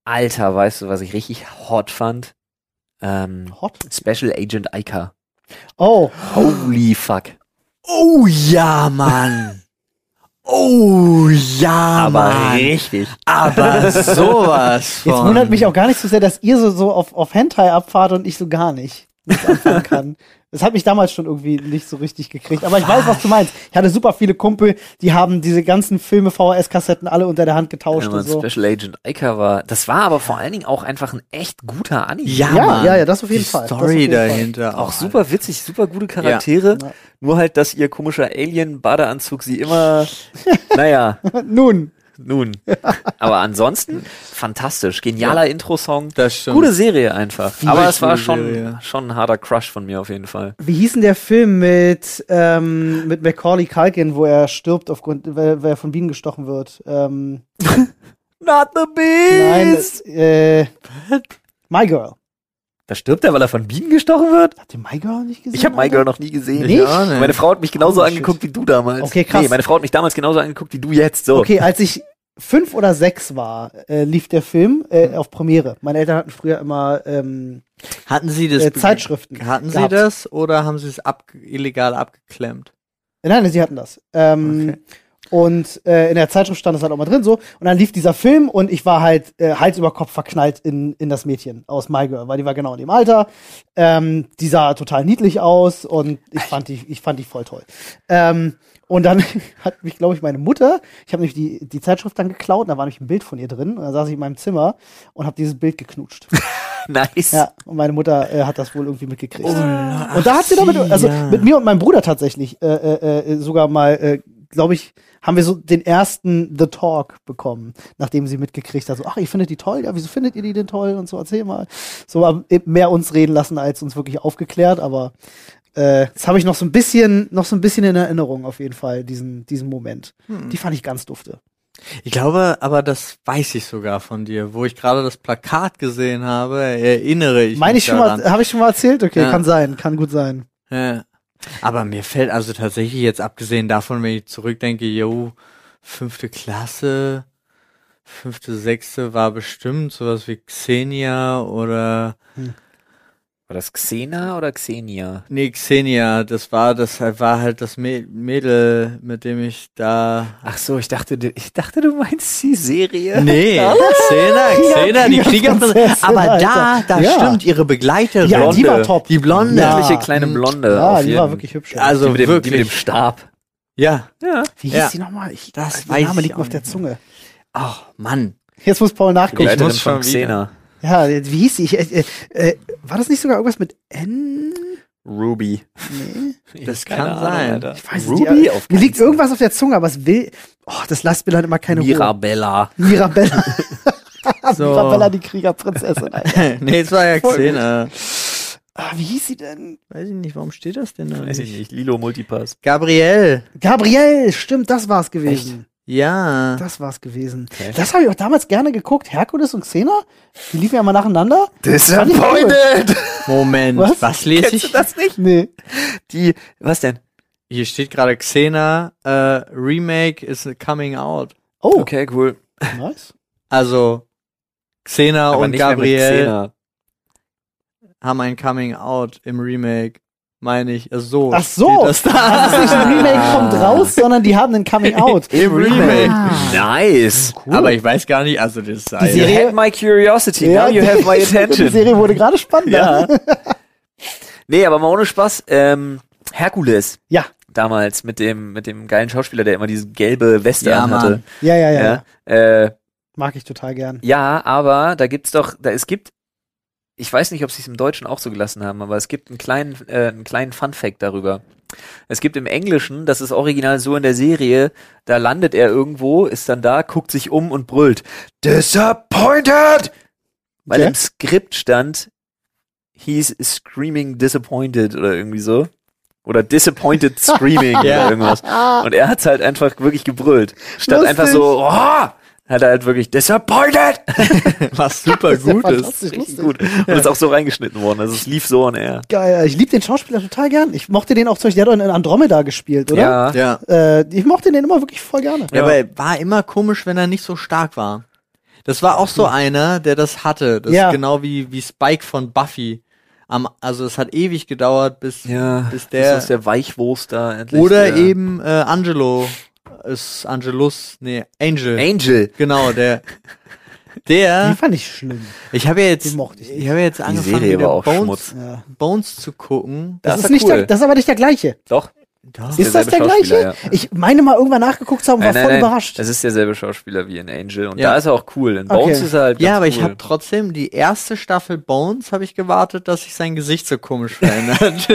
S1: Alter, weißt du, was ich richtig hot fand? Ähm,
S2: Hot.
S1: Special Agent Ica.
S2: Oh,
S1: Holy fuck.
S3: Oh ja, Mann. Oh ja, Mann.
S1: richtig.
S3: Aber sowas von.
S2: jetzt wundert mich auch gar nicht so sehr, dass ihr so, so auf, auf Hentai abfahrt und ich so gar nicht nichts anfangen kann. Das hat mich damals schon irgendwie nicht so richtig gekriegt. Aber ich weiß, was du meinst. Ich hatte super viele Kumpel, die haben diese ganzen Filme, VHS-Kassetten alle unter der Hand getauscht
S1: Ja,
S2: und so.
S1: Special Agent Ica war. Das war aber vor allen Dingen auch einfach ein echt guter Anime.
S3: Ja,
S2: Ja,
S3: Mann.
S2: ja, ja, das auf jeden
S3: Die
S2: Fall, das auf
S3: Story
S2: jeden Fall.
S3: dahinter.
S1: Auch
S3: oh,
S1: super witzig, super gute Charaktere.
S2: Ja.
S1: Nur halt, dass ihr komischer Alien-Badeanzug sie immer. naja,
S2: Nun,
S1: nun. Aber ansonsten fantastisch. Genialer Intro-Song.
S3: Das stimmt.
S1: Gute Serie einfach. Aber es war
S3: gute
S1: schon,
S3: Serie.
S1: schon ein harter Crush von mir auf jeden Fall.
S2: wie hieß denn der Film mit, ähm, mit Macaulay Culkin, wo er stirbt aufgrund, weil, weil er von Bienen gestochen wird? Ähm,
S1: Not the
S2: Nein,
S1: Beast.
S2: das, äh, My Girl.
S1: da stirbt er, weil er von Bienen gestochen wird?
S2: Habt ihr My Girl nicht gesehen?
S1: Ich habe My
S2: Alter?
S1: Girl noch nie gesehen.
S2: Nicht?
S3: auch nicht.
S1: ne. Meine Frau hat mich genauso
S2: Oh, shit.
S1: angeguckt wie du damals.
S2: Okay, krass.
S1: Nee, meine Frau hat mich damals genauso angeguckt wie du jetzt. So.
S2: Okay, als ich fünf oder sechs war, äh, lief der Film äh, auf Premiere. Meine Eltern hatten früher immer ähm,
S3: Hatten Sie das?
S2: äh,
S3: be-
S2: Zeitschriften.
S3: Hatten Sie
S2: gehabt.
S3: das oder haben Sie es ab illegal abgeklemmt?
S2: Nein, sie hatten das. Ähm,
S3: Okay.
S2: Und äh, in der Zeitschrift stand das halt auch mal drin so. Und dann lief dieser Film und ich war halt äh, Hals über Kopf verknallt in, in das Mädchen aus My Girl, weil die war genau in dem Alter. Ähm, die sah total niedlich aus und ich fand die, ich fand die voll toll. Ähm, und dann hat mich, glaube ich, meine Mutter, ich habe nämlich die, die Zeitschrift dann geklaut, und da war nämlich ein Bild von ihr drin. Und dann saß ich in meinem Zimmer und habe dieses Bild geknutscht.
S1: Nice.
S2: Ja, und meine Mutter äh, hat das wohl irgendwie mitgekriegt.
S3: la-
S2: und da hat sie
S3: Oh, ach,
S2: damit, also
S3: ja.
S2: mit mir und meinem Bruder tatsächlich äh, äh, äh, sogar mal, äh, glaube ich, haben wir so den ersten The Talk bekommen, nachdem sie mitgekriegt hat, so, ach, ihr findet die toll, ja, wieso findet ihr die denn toll und so, erzähl mal. So aber eben mehr uns reden lassen, als uns wirklich aufgeklärt, aber äh, das habe ich noch so ein bisschen, noch so ein bisschen in Erinnerung auf jeden Fall, diesen, diesen Moment. Die fand ich ganz dufte.
S3: Ich glaube, aber das weiß ich sogar von dir. Wo ich gerade das Plakat gesehen habe, erinnere ich
S2: Meine
S3: mich
S2: ich schon
S3: daran.
S2: mal, habe ich schon mal erzählt? Okay,
S3: Ja.
S2: kann sein, kann gut sein.
S3: Ja. Aber mir fällt also tatsächlich jetzt abgesehen davon, wenn ich zurückdenke, yo, fünfte Klasse, fünfte, sechste war bestimmt sowas wie Xenia oder
S1: War das Xena oder Xenia?
S3: nee, Xenia, das war das war halt das Mä- Mädel, mit dem ich da
S1: Ach so, ich dachte, du- ich dachte, du meinst die Serie.
S3: Nee, Xena, Xena, die Kriegerprinzessin.
S2: Kriegerprinzessin,
S3: Aber da,
S2: Alter.
S3: da
S2: Ja.
S3: stimmt ihre Begleiterin.
S2: Ja, die war
S3: Blonde.
S2: top.
S3: Die Blonde. Mhm.
S2: Ja.
S1: Niedliche kleine
S3: Äh,
S1: Blonde.
S2: Ja,
S1: auf
S2: die
S1: jeden-
S2: war wirklich hübsch.
S3: Also
S1: die mit dem,
S3: wirklich.
S1: Die mit dem Stab.
S3: Ja.
S1: Ja.
S2: Wie
S3: Ja.
S2: hieß die nochmal? Ich,
S3: Das
S2: der
S3: weiß
S2: Name
S3: ich
S2: liegt mir
S3: auch
S2: auf der
S3: nicht.
S2: Zunge.
S3: Ach, Mann.
S2: Jetzt muss Paul
S1: Die
S2: nachgucken.
S1: Leiterin
S3: Leiterin muss
S1: von
S3: schon wieder.
S1: Xena.
S2: Ja, wie hieß die? Ich, äh, äh, war das nicht sogar irgendwas mit N?
S1: Ruby.
S2: Nee.
S3: Das
S1: Keine
S3: kann sein.
S1: Alter.
S2: Ich weiß es
S1: Ruby
S2: nicht.
S1: auf
S2: Mir
S1: keinen
S2: liegt
S1: Fall.
S2: irgendwas auf der Zunge, aber es will. Oh, das lasst mir dann immer keine Ruhe.
S1: Mirabella.
S2: Mirabella.
S3: So.
S2: Mirabella, die Kriegerprinzessin. Alter.
S3: nee, es war ja
S2: Voll gut.
S3: Xena.
S2: Ah, wie hieß sie denn?
S3: Weiß ich nicht, warum steht das denn da
S1: Weiß ich nicht. Lilo Multipass.
S3: Gabrielle.
S2: Gabrielle, stimmt, das war's gewesen.
S3: Ja.
S2: Das war's gewesen.
S1: Okay.
S2: Das habe ich auch damals gerne geguckt. Herkules und Xena, die liefen ja mal nacheinander.
S1: Disappointed!
S3: Moment,
S2: Was?
S3: was, lese
S1: Kennst du
S3: ich?
S1: das nicht?
S2: Nee.
S1: Die, was denn?
S3: Hier steht gerade Xena, äh, Remake is coming out.
S2: Oh,
S1: Okay, cool.
S2: nice.
S3: Also, Xena
S1: Aber
S3: und
S1: nicht mehr mit
S3: Gabrielle
S1: Xena.
S3: haben ein coming out im Remake, meine ich. Also so.
S2: Ach so. Ah,
S3: steht Das da.
S2: Das ist nicht ein Remake kommt raus, sondern die haben einen Coming Out.
S3: Im Remake.
S1: Nice.
S2: Ah. Hm, Cool.
S3: Aber ich weiß gar nicht, also das sei.
S1: You
S2: Serie-
S1: had my curiosity, now you
S2: die-
S1: have my
S2: Die
S1: attention.
S2: Serie wurde gerade spannender. Ja.
S1: Nee, aber mal ohne Spaß, ähm, Herkules.
S2: Ja.
S1: Damals mit dem, mit dem geilen Schauspieler, der immer diese gelbe Weste
S3: Ja,
S1: anhatte.
S3: Mann.
S2: Ja, ja, ja,
S1: Ja, äh,
S2: Mag ich total gern.
S1: ja, aber da gibt's doch, da es gibt, ich weiß nicht, ob sie es im Deutschen auch so gelassen haben, aber es gibt einen kleinen, äh, einen kleinen Fun-Fact darüber. Es gibt im Englischen, das ist original so in der Serie, da landet er irgendwo, ist dann da, guckt sich um und brüllt. Disappointed! Weil
S2: Okay.
S1: im Skript stand, he's screaming disappointed oder irgendwie so. Oder disappointed screaming
S3: Ja.
S1: oder irgendwas. Und er hat's halt einfach wirklich gebrüllt. Statt
S2: Lustig.
S1: einfach so, oh, hat er halt wirklich disappointed!
S3: Was super
S2: Das ist ja
S3: gut ist.
S2: fantastisch,
S1: Richtig
S2: lustig.
S1: gut. Und ist auch so reingeschnitten worden. Also es lief so on air.
S2: Geil. Ich liebe den Schauspieler total gern. Ich mochte den auch zum Beispiel, der hat auch in Andromeda gespielt, oder?
S1: Ja.
S3: Ja.
S2: Äh, ich mochte den immer wirklich voll gerne.
S3: Ja,
S1: Ja.
S3: aber er war immer komisch, wenn er nicht so stark war. Das war auch so einer, der das hatte. Das
S2: Ja.
S3: ist genau wie, wie Spike von Buffy. Am, also es hat ewig gedauert, bis, bis der.
S1: ist der Weichwurst da endlich.
S3: oder
S1: der-
S3: eben äh, Angelo. Ist Angelus, nee, Angel.
S1: Angel.
S3: Genau, der.
S2: Den
S3: Der.
S2: fand ich schlimm.
S3: Ich habe ja jetzt.
S2: Den mochte ich
S3: Ich habe ja jetzt angefangen,
S1: Serie
S3: wieder
S1: war auch
S3: Bones,
S1: Schmutz.
S2: Ja.
S3: Bones zu gucken.
S1: Das
S2: Das,
S1: ist
S2: ist nicht
S1: cool.
S2: der, das ist aber nicht der gleiche.
S1: Doch.
S3: Doch.
S2: Ist das
S1: derselbe
S2: der gleiche?
S1: Schauspieler, ja.
S2: Ich meine mal irgendwann nachgeguckt zu haben, und war voll überrascht.
S1: Das ist derselbe Schauspieler wie in Angel. Und
S3: Ja.
S1: da ist er auch cool. In
S2: Okay.
S1: Bones ist er halt.
S3: Ja,
S1: ganz
S3: aber ich
S1: cool.
S3: habe trotzdem die erste Staffel Bones habe ich gewartet, dass sich sein Gesicht so komisch verändert.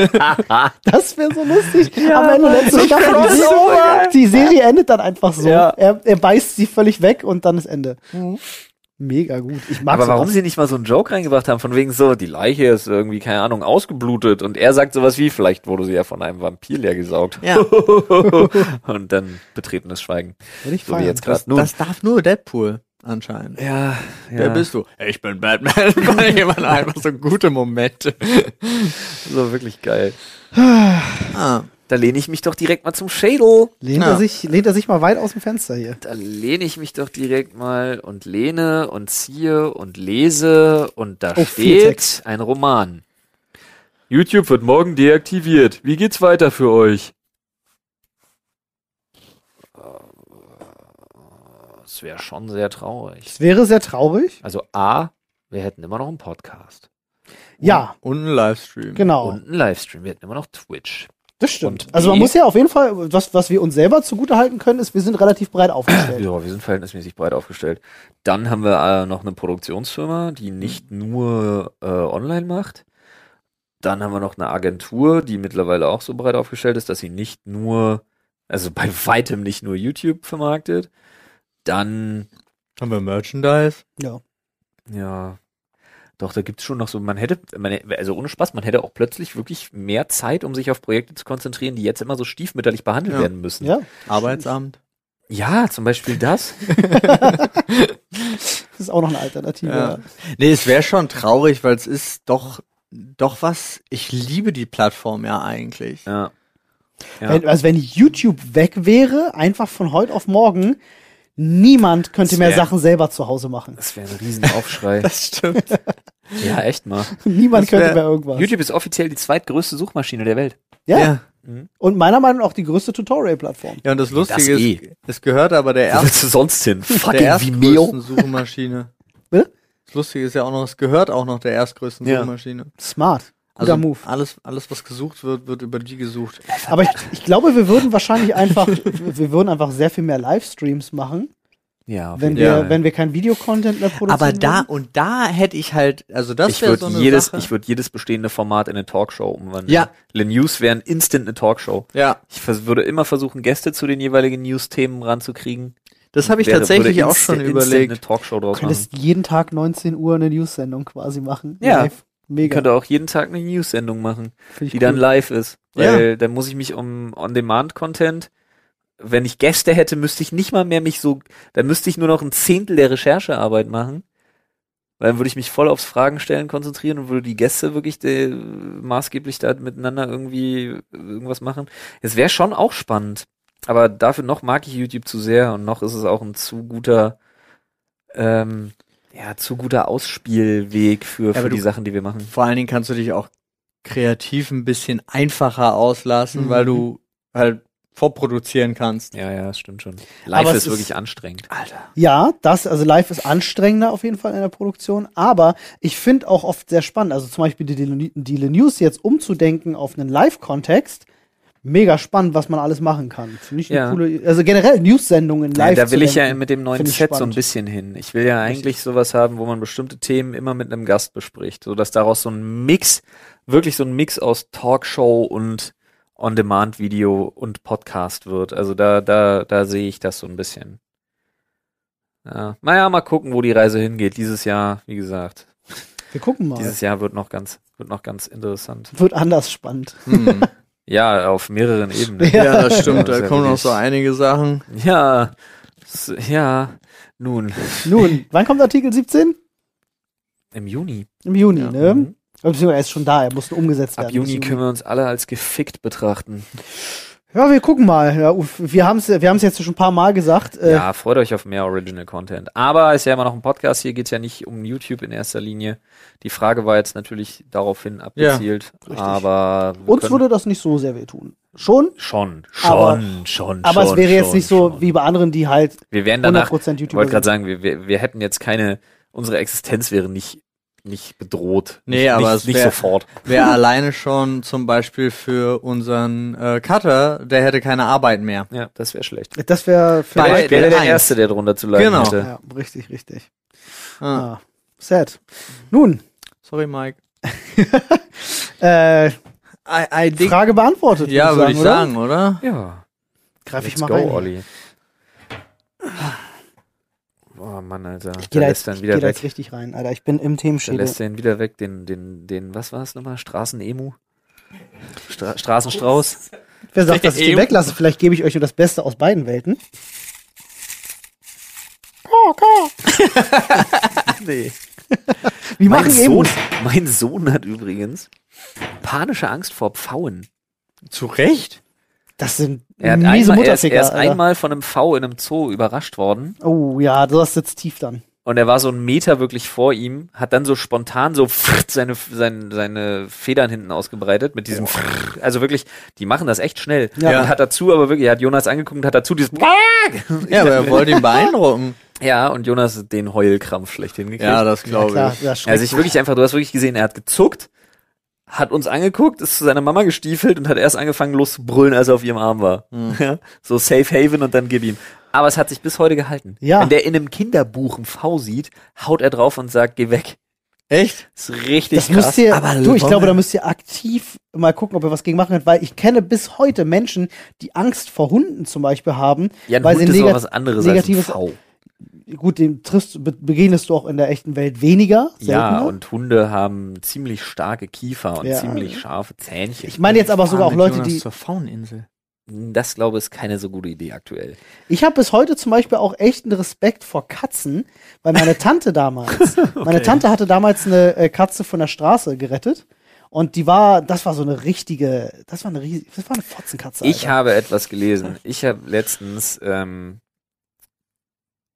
S2: Das wäre so lustig. Am Ende letzte Staffel. Die
S1: Crossover.
S2: Serie, die Serie endet dann einfach so.
S1: Ja. Mhm.
S2: Er, er beißt sie völlig weg und dann ist Ende. Mega gut. Ich mag
S1: Aber warum
S2: sowas.
S1: sie nicht mal so einen Joke reingebracht haben, von wegen so, die Leiche ist irgendwie, keine Ahnung, ausgeblutet und er sagt sowas wie, vielleicht wurde sie ja von einem Vampir leer gesaugt.
S3: Ja.
S1: und dann betretenes Schweigen.
S2: Würde ich
S1: So wie
S2: feiern.
S1: jetzt gerade. Nun,
S3: Das darf nur Deadpool. anscheinend.
S1: Ja, ja.
S3: Wer bist du? Ich bin Batman. Jemand einfach so gute Momente.
S1: so wirklich geil.
S3: Ah,
S1: Da lehne ich mich doch direkt mal zum Schädel.
S2: Lehnt,
S3: Ja.
S2: er sich, lehnt er sich mal weit aus dem Fenster hier.
S1: Da lehne ich mich doch direkt mal und lehne und ziehe und lese und da
S2: Oh, viel
S1: steht ein Roman. YouTube wird morgen deaktiviert. Wie geht's weiter für euch? Äh, Es wäre schon sehr traurig.
S2: Das wäre sehr traurig.
S1: Also A, wir hätten immer noch einen Podcast
S2: Ja,
S3: und ein Livestream.
S2: genau.
S1: und einen Livestream. Wir hätten immer noch Twitch.
S2: das stimmt.
S1: und
S2: Also man
S1: die-
S2: muss ja auf jeden Fall, was, was wir uns selber zugutehalten können, ist, wir sind relativ breit aufgestellt.
S1: Ja, wir sind verhältnismäßig breit aufgestellt. Dann haben wir äh, noch eine Produktionsfirma, die nicht nur äh, online macht. Dann haben wir noch eine Agentur, die mittlerweile auch so breit aufgestellt ist, dass sie nicht nur, also bei weitem nicht nur YouTube vermarktet. Dann,
S3: Haben wir Merchandise?
S2: Ja.
S1: ja, doch, da gibt's schon noch so, man hätte, man, hätte- also ohne Spaß, man hätte auch plötzlich wirklich mehr Zeit, um sich auf Projekte zu konzentrieren, die jetzt immer so stiefmütterlich behandelt
S3: Ja.
S1: werden müssen.
S2: ja,
S3: Arbeitsamt?
S1: ja, zum Beispiel das.
S2: das ist auch noch eine Alternative.
S3: Ja. Nee, es wäre schon traurig, weil es ist doch, doch was. Ich liebe die Plattform ja eigentlich.
S1: ja. Ja.
S2: Wenn, also wenn YouTube weg wäre, einfach von heute auf morgen, niemand könnte
S1: Das
S2: mehr
S1: wär-
S2: Sachen selber zu Hause machen.
S1: Das wäre ein Riesenaufschrei.
S3: Das stimmt.
S1: ja, echt mal.
S2: niemand
S3: das wär-
S2: könnte mehr irgendwas.
S1: YouTube ist offiziell die zweitgrößte Suchmaschine der Welt.
S2: ja.
S3: ja.
S2: Und meiner Meinung nach auch die größte Tutorial-Plattform.
S3: Ja, und das Lustige
S1: Das
S3: ist,
S1: eh.
S3: es gehört aber
S1: Wo
S3: der erst
S1: willst du sonst hin?
S3: der
S1: Fucking
S3: erstgrößten
S1: Vimeo.
S3: Suchmaschine.
S2: Bitte?
S3: Das Lustige ist ja auch noch, es gehört auch noch der erstgrößten
S1: Ja.
S3: Suchmaschine.
S2: Smart. Guter
S3: Also
S2: Move.
S3: alles, alles, was gesucht wird, wird über die gesucht.
S2: Aber ich, ich glaube, wir würden wahrscheinlich einfach, wir würden einfach sehr viel mehr Livestreams machen,
S1: Ja, auf
S2: wenn wir,
S1: jeden Fall.
S2: wenn wir kein Videocontent mehr produzieren.
S3: Aber da
S2: würden.
S3: und da hätte ich halt, also das
S1: ich
S3: wäre
S1: würde
S3: so eine
S1: jedes,
S3: Sache.
S1: ich würde jedes bestehende Format in eine Talkshow umwandeln.
S3: Ja.
S1: Le News wären instant eine Talkshow.
S3: ja,
S1: Ich vers würde immer versuchen, Gäste zu den jeweiligen News-Themen ranzukriegen.
S3: das habe ich
S1: Wäre-
S3: tatsächlich
S1: würde
S3: auch
S1: insta-
S3: schon
S1: instant
S3: überlegt.
S1: eine Talkshow draus
S2: Du
S1: machen.
S2: könntest jeden Tag 19 Uhr eine News-Sendung quasi machen.
S1: Ja.
S2: Live.
S1: Ich
S2: Mega.
S1: könnte auch jeden Tag eine News-Sendung machen.
S2: Finde ich
S1: die dann
S2: cool.
S1: live ist.
S3: Ja.
S1: Weil dann muss ich mich um On-Demand-Content, wenn ich Gäste hätte, müsste ich nicht mal mehr mich so, dann müsste ich nur noch ein Zehntel der Recherchearbeit machen. Weil dann würde ich mich voll aufs Fragen stellen konzentrieren und würde die Gäste wirklich äh, maßgeblich da miteinander irgendwie irgendwas machen. Es wäre schon auch spannend. Aber dafür noch mag ich YouTube zu sehr und noch ist es auch ein zu guter, ähm, ja, zu guter Ausspielweg für,
S3: aber
S1: für die
S3: du-
S1: Sachen, die wir machen.
S3: Vor allen Dingen kannst du dich auch kreativ ein bisschen einfacher auslassen,
S2: Mhm.
S3: weil du halt vorproduzieren kannst.
S1: Ja, ja, das stimmt schon.
S2: Aber
S1: Live
S2: es
S1: ist
S2: ist- Ah,
S1: wirklich anstrengend.
S3: Alter.
S2: Ja, das, also live ist anstrengender auf jeden Fall in der Produktion, aber ich finde auch oft sehr spannend, also zum Beispiel die, Dele- die Le News jetzt umzudenken auf einen Live-Kontext, mega spannend, was man alles machen kann. Finde ich eine
S1: Ja.
S2: coole, also generell News-Sendungen live.
S1: ja, da will
S2: zu
S1: ich ja
S2: denken.
S1: mit dem neuen
S2: Find ich
S1: Set so ein
S2: spannend.
S1: bisschen hin. Ich will ja eigentlich sowas haben, wo man bestimmte Themen immer mit einem Gast bespricht, sodass daraus so ein Mix, wirklich so ein Mix aus Talkshow und On-Demand-Video und Podcast wird. Also da, da, da sehe ich das so ein bisschen. Ja. Naja, mal gucken, wo die Reise hingeht. Dieses Jahr, wie gesagt,
S2: Wir gucken mal.
S1: dieses Jahr wird noch ganz, wird noch ganz interessant.
S2: Wird anders spannend.
S3: Hm.
S1: Ja, auf mehreren Ebenen.
S3: Ja, das stimmt.
S1: Ja,
S3: da
S1: sehr
S3: kommen noch
S1: richtig.
S3: so einige Sachen.
S1: Ja, s- ja, nun,
S2: Nun, wann kommt Artikel 17?
S1: im Juni.
S2: Im Juni,
S3: Ja.
S2: ne? Beziehungsweise er ist schon da, er muss nur umgesetzt werden.
S1: Mhm. Ab Juni
S2: Bis
S1: können wir uns alle als gefickt betrachten.
S2: Ja, wir gucken mal. Ja, uff, wir haben es wir haben's jetzt schon ein paar Mal gesagt. Äh,
S1: Ja, freut euch auf mehr Original Content. Aber ist ja immer noch ein Podcast, hier geht's ja nicht um YouTube in erster Linie. Die Frage war jetzt natürlich daraufhin abgezielt,
S2: richtig.
S1: aber wir
S2: uns
S1: können-
S2: würde das nicht so sehr wehtun. Schon,
S1: schon, schon,
S2: Aber-
S1: schon,
S2: aber
S1: schon,
S2: es wäre jetzt
S1: schon,
S2: nicht so
S1: schon.
S2: wie bei anderen, die halt
S1: wir wären danach,
S2: 100%
S1: ich
S2: YouTuber
S1: wollte gerade
S2: sind.
S1: sagen, wir, wir, wir hätten jetzt keine, unsere Existenz wäre nicht nicht bedroht.
S3: Nee,
S1: nicht,
S3: aber
S1: nicht,
S3: es
S1: nicht
S3: wär-
S1: sofort.
S3: Wer alleine schon zum Beispiel für unseren äh, Cutter, der hätte keine Arbeit mehr.
S1: Ja, das wäre schlecht.
S2: Das wäre
S3: Bei-
S1: Wer
S2: vielleicht.
S1: wäre der,
S3: eins.
S1: Erste, der drunter zu leiden
S3: Genau.
S1: hätte.
S2: Ja, richtig, richtig.
S3: Ah,
S2: Ah, sad. Nun,
S3: Sorry, Mike.
S2: äh,
S3: I, I dig-
S2: Frage beantwortet.
S3: ja, würde ich
S2: oder?
S3: sagen, oder?
S1: Ja.
S2: Greif ich
S1: Let's
S2: mal
S1: go,
S2: rein.
S1: Olli. Oh Mann, Alter.
S2: Ich
S1: Da
S2: gehe da,
S1: lässt
S2: jetzt-
S1: er
S2: ich
S1: ihn
S2: geh
S1: wieder
S2: da jetzt
S1: weg.
S2: richtig rein, Alter. Ich bin im
S1: Da
S2: Themenschädel.
S1: lässt er ihn wieder weg, den, den, den, was war es nochmal? Straßen-Emu? Stra Straßenstrauß?
S2: Wer sagt, dass ich den
S3: Eben.
S2: weglasse? Vielleicht gebe ich euch nur das Beste aus beiden Welten. Okay.
S3: Nee.
S2: Wir
S1: Mein
S2: machen
S1: Sohn,
S2: eben.
S1: mein Sohn hat übrigens panische Angst vor Pfauen.
S3: Zu Recht?
S2: Das sind
S1: Er, hat
S2: miese
S1: einmal, er ist,
S2: Mutterficker.
S1: er ist
S2: Alter.
S1: einmal von einem Pfau in einem Zoo überrascht worden
S2: oh ja, das sitzt tief dann.
S1: und er war so einen Meter wirklich vor ihm, hat dann so spontan so seine, seine, seine Federn hinten ausgebreitet mit diesem Also wirklich, die machen das echt schnell.
S2: Ja.
S1: Und hat dazu aber wirklich, er hat Jonas angeguckt und hat dazu dieses
S3: Ja, aber er wollte ihn beeindrucken.
S1: Ja, und Jonas hat den Heulkrampf schlecht hingekriegt.
S3: Ja, das
S2: Ja,
S3: glaube
S2: klar,
S3: ich.
S2: das
S1: Er hat sich wirklich einfach, du hast wirklich gesehen, er hat gezuckt, hat uns angeguckt, ist zu seiner Mama gestiefelt und hat erst angefangen loszubrüllen, als er auf ihrem Arm war. Ja, so Safe Haven und dann gib ihm. Aber es hat sich bis heute gehalten.
S2: Ja.
S1: Wenn der in einem Kinderbuch einen V sieht, haut er drauf und sagt, geh weg.
S3: Echt?
S1: Ist richtig
S2: Das
S1: krass.
S2: müsst ihr,
S3: aber
S2: du, ich
S3: Lombe-
S2: glaube, da müsst ihr aktiv mal gucken, ob ihr was gegen machen könnt, weil ich kenne bis heute Menschen, die Angst vor Hunden zum Beispiel haben,
S1: ja, ein
S2: weil
S1: Hund
S2: sie
S1: ist
S2: nega-
S1: aber was anderes als ein
S2: negatives-
S1: V.
S2: gut, dem triffst, be begegnest du auch in der echten Welt weniger.
S1: Ja,
S2: seltener.
S1: und Hunde haben ziemlich starke Kiefer und
S2: Ja.
S1: ziemlich scharfe Zähnchen.
S2: ich meine jetzt aber sogar auch Leute, die.
S3: Ah, zur Fauninsel.
S1: das glaube ich ist keine so gute Idee aktuell.
S2: Ich habe bis heute zum Beispiel auch echten Respekt vor Katzen, weil meine Tante damals, meine Tante hatte damals eine äh, Katze von der Straße gerettet und die war, das war so eine richtige, das war eine riesige, das war eine Fotzenkatze.
S1: Ich
S2: Alter.
S1: habe etwas gelesen. Ich habe letztens ähm,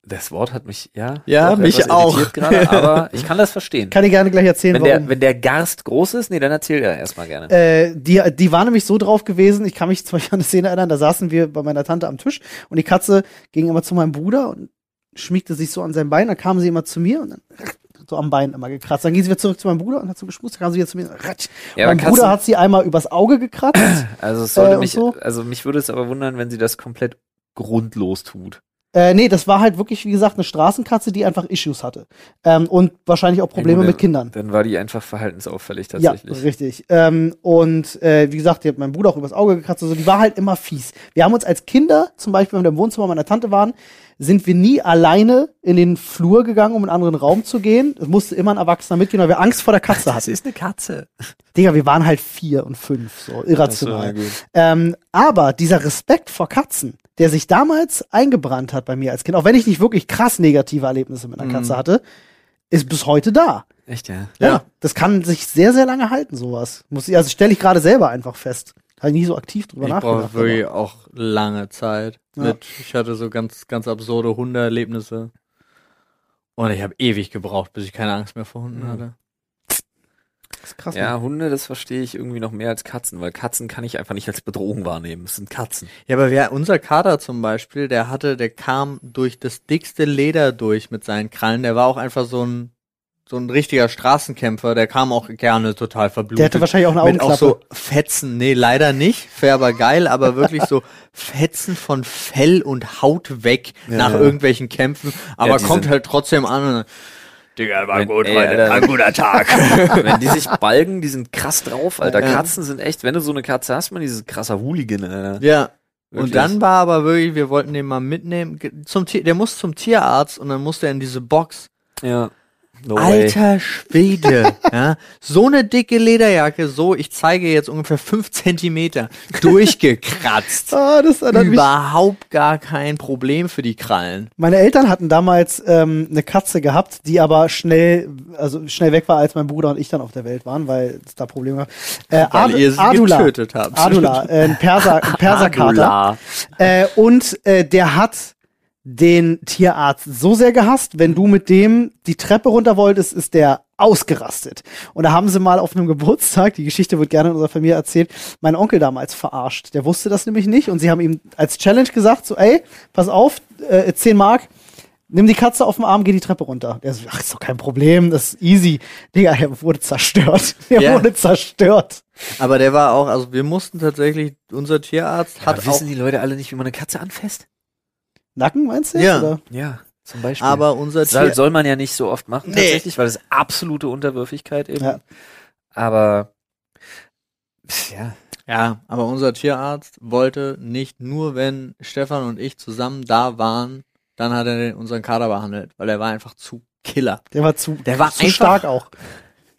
S1: das Wort hat mich ja
S3: Ja,
S1: doch
S3: mich
S1: etwas
S3: auch.
S1: irritiert Gerade, aber ich kann das verstehen.
S2: Kann ich gerne gleich erzählen,
S1: Wenn
S2: warum.
S1: der, wenn der Garst groß ist, nee, dann erzähl er erstmal gerne.
S2: Äh, die, die war nämlich so drauf gewesen, ich kann mich zum Beispiel an eine Szene erinnern, da saßen wir bei meiner Tante am Tisch und die Katze ging immer zu meinem Bruder und schmiegte sich so an sein Bein, dann kam sie immer zu mir und dann so am Bein immer gekratzt. Dann ging sie wieder zurück zu meinem Bruder und hat so geschmust, dann kam sie wieder zu mir. und ratsch.
S1: Ja, aber
S2: mein
S1: Katzen-
S2: Bruder hat sie einmal übers Auge gekratzt.
S1: Also es sollte
S2: äh, und
S1: mich,
S2: so.
S1: also mich würde es aber wundern, wenn sie das komplett grundlos tut.
S2: äh, nee, das war halt wirklich, wie gesagt, eine Straßenkatze, die einfach Issues hatte. Ähm, und wahrscheinlich auch Probleme
S1: Ja, gut,
S2: mit
S1: dann-
S2: Kindern.
S1: Dann war die einfach verhaltensauffällig
S2: Ja,
S1: tatsächlich.
S2: richtig. Ähm, und äh, wie gesagt, die hat mein Bruder auch übers Auge gekratzt. Also die war halt immer fies. Wir haben uns als Kinder, zum Beispiel, wenn wir im Wohnzimmer meiner Tante waren, sind wir nie alleine in den Flur gegangen, um in einen anderen Raum zu gehen. Es musste immer ein Erwachsener mitgehen, weil wir Angst vor der Katze hatten.
S1: ist eine Katze.
S2: Digga, wir waren halt vier und fünf, so irrational. Ähm, aber dieser Respekt vor Katzen, der sich damals eingebrannt hat bei mir als Kind, auch wenn ich nicht wirklich krass negative Erlebnisse mit
S3: Mhm.
S2: einer Katze hatte, ist bis heute da.
S1: Echt ja.
S2: Ja.
S3: Ja.
S2: Das kann sich sehr, sehr lange halten, sowas. Muss ich, also stelle ich gerade selber einfach fest. Habe ich nie so aktiv drüber
S3: Ich
S2: nachgedacht.
S3: brauche wirklich auch lange Zeit.
S2: Ja.
S3: Mit, ich hatte so ganz, ganz absurde Hundeerlebnisse. Und ich habe ewig gebraucht, bis ich keine Angst mehr vor Hunden
S1: Mhm.
S3: hatte.
S2: aber das ist krass.
S1: Ja,
S2: Ja.
S1: Hunde, das verstehe ich irgendwie noch mehr als Katzen, weil Katzen kann ich einfach nicht als Bedrohung wahrnehmen. Es sind Katzen.
S3: Ja, aber wer, unser Kater zum Beispiel, der hatte, der kam durch das dickste Leder durch mit seinen Krallen. Der war auch einfach so ein, so ein richtiger Straßenkämpfer. Der kam auch gerne total verblutet.
S2: Der hätte wahrscheinlich auch eine
S3: mit auch
S2: Augenklappe.
S3: so Fetzen, nee, leider nicht, wäre aber geil, aber wirklich so Fetzen von Fell und Haut weg nach irgendwelchen Kämpfen, aber
S1: die
S3: kommt
S1: sind-
S3: halt trotzdem an. und- Digga, war
S1: Wenn-
S3: gut
S1: ey,
S3: heute,
S1: Alter.
S3: war ein guter Tag.
S1: Wenn die sich balgen, die sind krass drauf, Alter.
S3: Ja.
S1: Katzen sind echt, wenn du so eine Katze hast, man dieses krasser Hooligan, Alter.
S3: ja.
S1: Wirklich.
S3: Und dann war aber wirklich, wir wollten den mal mitnehmen, ge- zum Tier, der muss zum Tierarzt und dann musste er in diese Box.
S1: Ja. No way.
S3: Alter Schwede, ja, so eine dicke Lederjacke, so, ich zeige jetzt ungefähr fünf Zentimeter, durchgekratzt.
S2: Ah, das erinnert mich.
S3: Überhaupt gar kein Problem für die Krallen.
S2: Meine Eltern hatten damals ähm, eine Katze gehabt, die aber schnell, also schnell weg war, als mein Bruder und ich dann auf der Welt waren, weil es da Probleme gab. Äh, Adu-
S3: ihr sie
S2: Adula.
S3: getötet habt.
S2: Adula, äh, ein Perser, ein Perserkater.
S1: Adula.
S2: Äh, und äh, der hat den Tierarzt so sehr gehasst, wenn du mit dem die Treppe runter wolltest, ist der ausgerastet. Und da haben sie mal auf einem Geburtstag, die Geschichte wird gerne in unserer Familie erzählt, meinen Onkel damals verarscht. Der wusste das nämlich nicht und sie haben ihm als Challenge gesagt, so ey, pass auf, äh, 10 Mark, nimm die Katze auf den Arm, geh die Treppe runter. Der so, ach, ist doch kein Problem, das ist easy. Digga, er wurde zerstört. Er
S3: Ja.
S2: wurde zerstört.
S3: Aber der war auch, also wir mussten tatsächlich, unser Tierarzt
S1: Aber
S3: hat auch,
S1: wissen die Leute alle nicht, wie man eine Katze anfasst?
S2: Nacken meinst du? jetzt,
S3: Ja.
S2: Oder?
S1: Ja, zum Beispiel.
S3: aber unser
S1: das soll,
S3: Tier,
S1: soll man ja nicht so oft machen,
S3: Nee.
S1: tatsächlich, weil das ist absolute Unterwürfigkeit eben.
S2: Ja.
S1: Aber pff, ja.
S3: ja, aber unser Tierarzt wollte nicht nur, wenn Stefan und ich zusammen da waren, dann hat er den, unseren Kader behandelt, weil er war einfach zu Killer.
S2: Der war zu,
S3: Der war
S2: zu
S3: einfach-
S2: stark auch.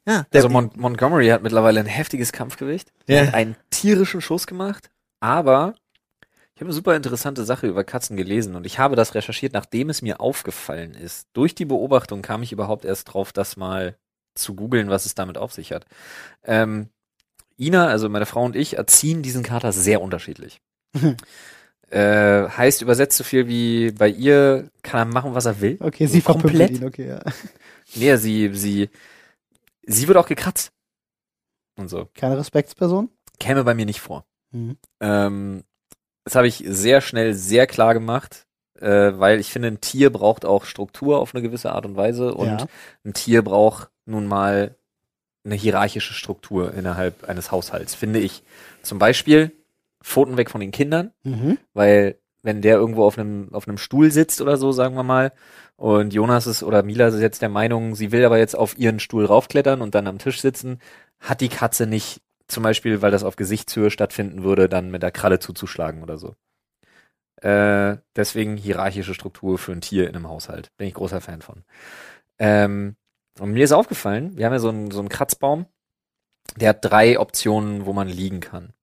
S3: Ja, der,
S1: Also Mon Montgomery hat mittlerweile ein heftiges Kampfgewicht. Er
S3: Ja.
S1: hat einen tierischen Schuss gemacht, aber Ich habe eine super interessante Sache über Katzen gelesen und ich habe das recherchiert, nachdem es mir aufgefallen ist. Durch die Beobachtung kam ich überhaupt erst drauf, das mal zu googeln, was es damit auf sich hat. Ähm, Ina, also meine Frau und ich, erziehen diesen Kater sehr unterschiedlich. äh, heißt übersetzt so viel wie bei ihr kann er machen, was er will.
S2: Okay, sie verpümpelt
S1: Komplett.
S2: ihn, okay, ja.
S1: Nee, sie, sie, sie wird auch gekratzt. Und so.
S2: Keine Respektsperson.
S1: Käme bei mir nicht vor.
S2: Mhm.
S1: Ähm, das habe ich sehr schnell sehr klar gemacht, äh, weil ich finde, ein Tier braucht auch Struktur auf eine gewisse Art und Weise und
S2: ja.
S1: ein Tier braucht nun mal eine hierarchische Struktur innerhalb eines Haushalts, finde ich. Zum Beispiel Pfoten weg von den Kindern,
S2: Mhm.
S1: weil wenn der irgendwo auf einem auf einem Stuhl sitzt oder so, sagen wir mal, und Jonas ist oder Mila ist jetzt der Meinung, sie will aber jetzt auf ihren Stuhl raufklettern und dann am Tisch sitzen, hat die Katze nicht zum Beispiel, weil das auf Gesichtshöhe stattfinden würde, dann mit der Kralle zuzuschlagen oder so. Äh, deswegen hierarchische Struktur für ein Tier in einem Haushalt. Bin ich großer Fan von. Ähm, und mir ist aufgefallen, wir haben ja so einen, so einen Kratzbaum, der hat drei Optionen, wo man liegen kann.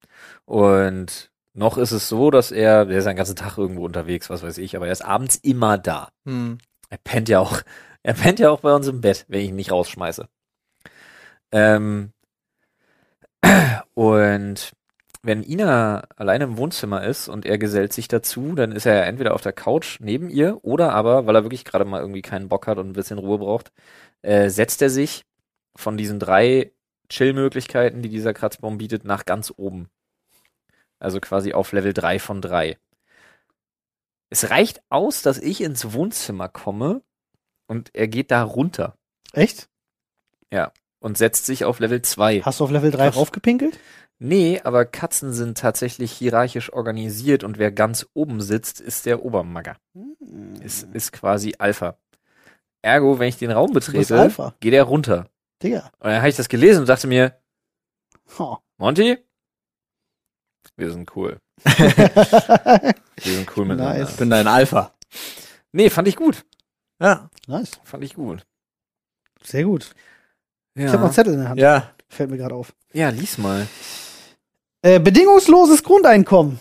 S1: Und noch ist es so, dass er, der ist ja den ganzen Tag irgendwo unterwegs, was weiß ich, aber er ist abends immer da.
S3: Hm.
S1: Er pennt ja auch, er pennt ja auch bei uns im Bett, wenn ich ihn nicht rausschmeiße. Ähm, und wenn Ina alleine im Wohnzimmer ist und er gesellt sich dazu, dann ist er ja entweder auf der Couch neben ihr oder aber, weil er wirklich gerade mal irgendwie keinen Bock hat und ein bisschen Ruhe braucht, äh, setzt er sich von diesen drei Chill-Möglichkeiten, die dieser Kratzbaum bietet, nach ganz oben. Also quasi auf Level 3 von 3. Es reicht aus, dass ich ins Wohnzimmer komme und er geht da runter
S2: Echt?
S1: und setzt sich auf Level 2.
S2: Hast du auf Level 3
S1: Krass.
S2: raufgepinkelt?
S1: Nee, aber Katzen sind tatsächlich hierarchisch organisiert und wer ganz oben sitzt, ist der Obermagger. Mhm. Ist, ist quasi Alpha. Ergo, wenn ich den Raum
S2: Mhm. Du bist
S1: betrete,
S2: Alpha.
S1: geht er runter.
S2: Digga.
S1: Und dann habe ich das gelesen und dachte mir,
S2: Oh.
S1: Monty, wir sind cool. Wir sind cool miteinander.
S2: Nice.
S3: Ich bin dein Alpha.
S1: Nee, fand ich gut.
S3: Ja.
S2: nice.
S1: Fand ich gut.
S2: Sehr gut. Ich habe noch
S1: Ja,
S2: einen Zettel in der Hand.
S3: Ja.
S2: Fällt mir gerade auf.
S1: ja lies mal.
S2: Äh, bedingungsloses Grundeinkommen.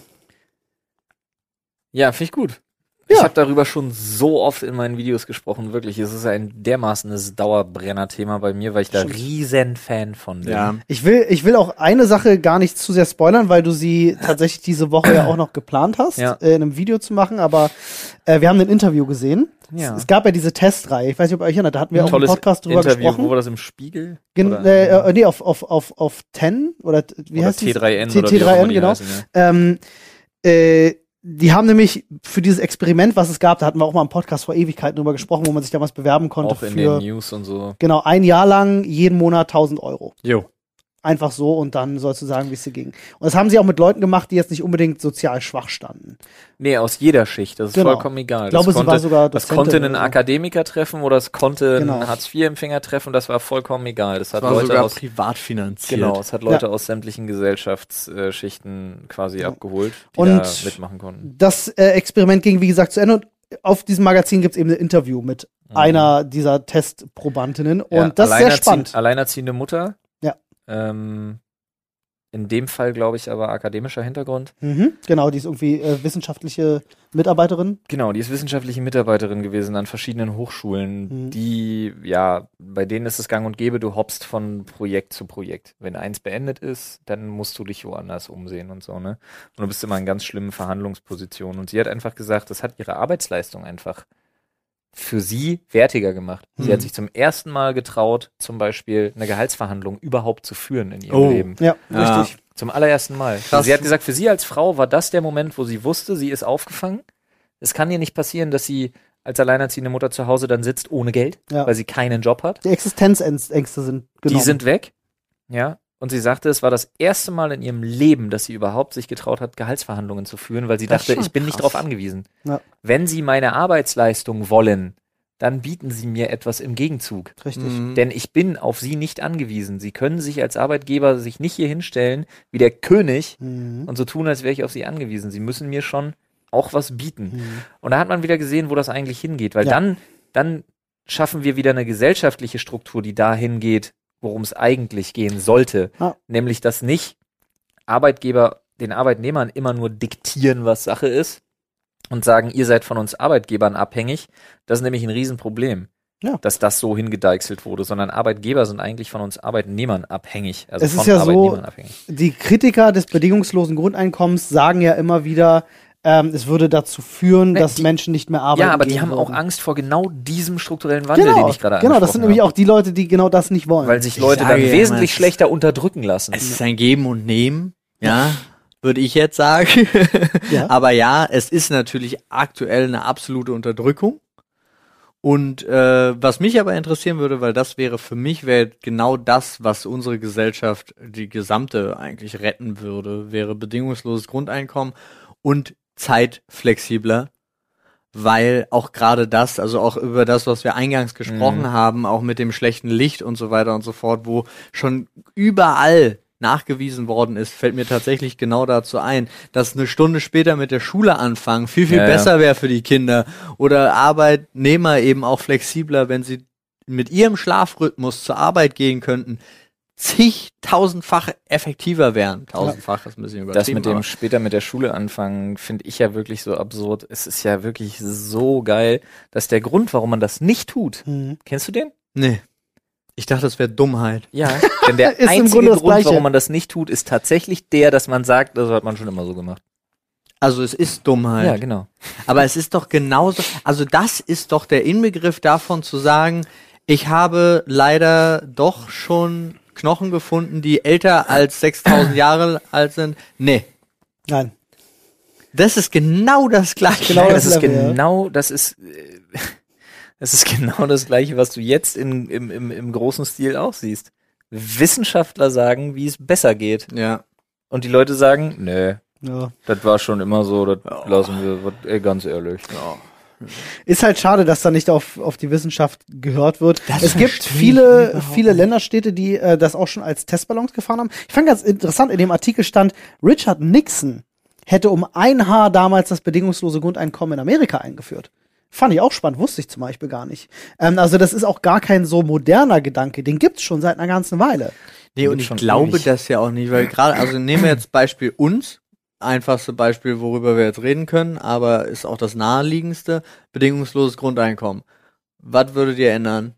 S1: Ja, finde ich gut. Ich
S2: Ja.
S1: habe darüber schon so oft in meinen Videos gesprochen, wirklich. Es ist ein dermaßenes Dauerbrenner-Thema bei mir, weil ich da
S2: Stimmt.
S1: riesen Fan von bin.
S3: Ja.
S2: Ich will, ich will auch eine Sache gar nicht zu sehr spoilern, weil du sie tatsächlich diese Woche ja auch noch geplant hast,
S1: Ja.
S2: äh, in einem Video zu machen, aber äh, wir haben ein Interview gesehen.
S1: Ja.
S2: Es gab ja diese Testreihe, ich weiß nicht, ob ihr euch erinnert, da hatten wir auch im
S1: Tolles
S2: Podcast drüber
S1: Interview. Wo
S2: gesprochen.
S1: war das im Spiegel?
S2: Gen
S1: Oder-
S2: äh, äh, nee, auf, auf, auf, auf 10 oder t- wie
S1: oder
S2: heißt es?
S1: T3N
S2: T-
S1: oder wie auch
S2: T3N,
S1: immer die
S2: genau.
S1: heißen, ja.
S2: Ähm, äh, die haben nämlich für dieses Experiment, was es gab, da hatten wir auch mal im Podcast vor Ewigkeiten drüber gesprochen, wo man sich damals bewerben konnte
S1: Auch in den
S2: für
S1: News und so.
S2: genau ein Jahr lang jeden Monat 1000 Euro.
S1: Jo.
S2: Einfach so und dann sollst du sagen, wie es dir ging. Und das haben sie auch mit Leuten gemacht, die jetzt nicht unbedingt sozial schwach standen.
S1: Nee, aus jeder Schicht. Das ist
S2: Genau.
S1: vollkommen egal.
S2: Ich glaube,
S1: das
S2: sie war sogar
S1: das
S2: Dozentin
S1: konnte einen
S2: oder so.
S1: Akademiker treffen oder es konnte
S2: Genau.
S1: einen Hartz-IV-Empfänger treffen. Das war vollkommen egal. Das hat
S3: Das war
S1: Leute
S3: sogar
S1: aus
S3: privat finanziert.
S1: Genau, es hat Leute aus sämtlichen Gesellschaftsschichten äh, quasi abgeholt, die
S2: Und-
S1: da mitmachen konnten.
S2: Das äh, Experiment ging, wie gesagt, zu Ende und auf diesem Magazin gibt es eben ein Interview mit einer dieser Testprobandinnen und
S1: Mhm. Ja,
S2: das ist sehr
S1: alleinerzie-
S2: spannend.
S1: Alleinerziehende Mutter.
S2: Ja.
S1: Ähm, in dem Fall, glaube ich, aber akademischer Hintergrund.
S2: Mhm, genau, die ist irgendwie äh, wissenschaftliche Mitarbeiterin.
S1: Genau, die ist wissenschaftliche Mitarbeiterin gewesen an verschiedenen Hochschulen,
S2: Mhm.
S1: die, ja, bei denen ist es gang und gäbe, du hoppst von Projekt zu Projekt. Wenn eins beendet ist, dann musst du dich woanders umsehen und so, ne? Und du bist immer in ganz schlimmen Verhandlungspositionen. Und sie hat einfach gesagt, das hat ihre Arbeitsleistung einfach für sie wertiger gemacht. Sie
S2: Mhm.
S1: hat sich zum ersten Mal getraut, zum Beispiel eine Gehaltsverhandlung überhaupt zu führen in ihrem
S3: Oh.
S1: Leben.
S2: Ja,
S3: Ja.
S2: richtig.
S1: Zum allerersten Mal.
S3: Krass.
S1: Sie hat gesagt, für sie als Frau war das der Moment, wo sie wusste, sie ist aufgefangen. Es kann ihr nicht passieren, dass sie als alleinerziehende Mutter zu Hause dann sitzt ohne Geld,
S2: Ja.
S1: weil sie keinen Job hat.
S2: Die Existenzängste sind genau.
S1: Die sind weg. Ja. Und sie sagte, es war das erste Mal in ihrem Leben, dass sie überhaupt sich getraut hat, Gehaltsverhandlungen zu führen, weil sie
S3: Das ist
S1: dachte,
S3: schon
S1: ich bin nicht
S3: krass.
S1: darauf angewiesen.
S2: Ja.
S1: Wenn sie meine Arbeitsleistung wollen, dann bieten sie mir etwas im Gegenzug.
S2: richtig.
S3: Mhm.
S1: Denn ich bin auf sie nicht angewiesen. Sie können sich als Arbeitgeber sich nicht hier hinstellen, wie der König,
S2: Mhm.
S1: Hm? und so tun, als wäre ich auf sie angewiesen. Sie müssen mir schon auch was bieten.
S2: Mhm.
S1: Und da hat man wieder gesehen, wo das eigentlich hingeht, weil
S2: Ja.
S1: dann, dann schaffen wir wieder eine gesellschaftliche Struktur, die dahin geht, worum es eigentlich gehen sollte.
S2: Ja.
S1: Nämlich, dass nicht Arbeitgeber den Arbeitnehmern immer nur diktieren, was Sache ist und sagen, ihr seid von uns Arbeitgebern abhängig, das ist nämlich ein Riesenproblem.
S2: Ja.
S1: Dass das so hingedeichselt wurde, sondern Arbeitgeber sind eigentlich von uns Arbeitnehmern abhängig. Also
S2: Es
S1: von
S2: ist ja so-
S1: Arbeitnehmern abhängig.
S2: Die Kritiker des bedingungslosen Grundeinkommens sagen ja immer wieder, ähm, es würde dazu führen,
S1: Ne,
S2: dass
S1: die-
S2: Menschen nicht mehr arbeiten.
S1: Ja, aber die
S2: gehen
S1: haben auch
S2: würden.
S1: Angst vor genau diesem strukturellen Wandel,
S2: genau,
S1: den ich gerade
S2: Genau, das sind nämlich
S1: angesprochen
S2: auch die Leute, die genau das nicht wollen.
S1: habe. Weil sich
S3: Ich
S1: Leute dann
S3: sage ja immer,
S1: wesentlich
S3: es-
S1: schlechter unterdrücken lassen.
S3: Es ist ein Geben und Nehmen, ja, würde ich jetzt sagen.
S2: Ja.
S3: Aber ja, es ist natürlich aktuell eine absolute Unterdrückung. Und äh, was mich aber interessieren würde, weil das wäre für mich wäre genau das, was unsere Gesellschaft, die gesamte eigentlich retten würde, wäre bedingungsloses Grundeinkommen und zeitflexibler, weil auch gerade das, also auch über das, was wir eingangs gesprochen haben, auch mit dem schlechten Licht und so weiter und so fort, wo schon überall nachgewiesen worden ist, fällt mir tatsächlich genau dazu ein, dass eine Stunde später mit der Schule anfangen viel, viel
S1: Ja, ja.
S3: besser wäre für die Kinder oder Arbeitnehmer eben auch flexibler, wenn sie mit ihrem Schlafrhythmus zur Arbeit gehen könnten, zigtausendfach effektiver wären. Tausendfach ist ein bisschen
S1: Das
S3: übertrieben.
S1: mit dem
S3: aber-
S1: später mit der Schule anfangen, finde ich ja wirklich so absurd. Es ist ja wirklich so geil, dass der Grund, warum man das nicht tut,
S2: Mhm.
S1: kennst du den?
S3: nee. Ich dachte, das wäre Dummheit.
S1: Ja. Denn der
S2: Ist im
S1: einzige
S2: Grunde das
S1: Grund,
S2: Gleiche.
S1: warum man das nicht tut, ist tatsächlich der, dass man sagt, das hat man schon immer so gemacht.
S3: Also es ist Dummheit.
S1: Ja, genau.
S3: Aber es ist doch genauso, also das ist doch der Inbegriff davon zu sagen, ich habe leider doch schon Knochen gefunden, die älter als 6000 Jahre alt sind. Nee,
S2: Nein.
S3: das ist genau das gleiche.
S2: Genau
S1: das,
S2: das
S1: ist
S2: Level, ja.
S1: genau, das ist, äh, das ist genau das Gleiche, was du jetzt in, im, im, im großen Stil auch siehst. Wissenschaftler sagen, wie es besser geht.
S3: ja.
S1: Und die Leute sagen, nee,
S2: Ja.
S1: das war schon immer so, das lassen wir, was- ey, ganz ehrlich.
S2: Ist halt schade, dass da nicht auf, auf die Wissenschaft gehört wird.
S3: Das
S2: es gibt
S3: verstehe ich
S2: viele,
S3: überhaupt
S2: viele
S3: nicht.
S2: Länderstädte, die äh, das auch schon als Testballons gefahren haben. Ich fand ganz interessant, in dem Artikel stand, Richard Nixon hätte um ein Haar damals das bedingungslose Grundeinkommen in Amerika eingeführt. Fand ich auch spannend, wusste ich zum Beispiel gar nicht. Ähm, also das ist auch gar kein so moderner Gedanke, den gibt's schon seit einer ganzen Weile.
S3: Nee, und
S1: Wird
S3: ich
S1: schon
S3: glaube
S1: ewig.
S3: das ja auch nicht, weil gerade, also nehmen wir jetzt Beispiel uns, einfachste Beispiel, worüber wir jetzt reden können, aber ist auch das naheliegendste, bedingungsloses Grundeinkommen. Was würdet ihr ändern?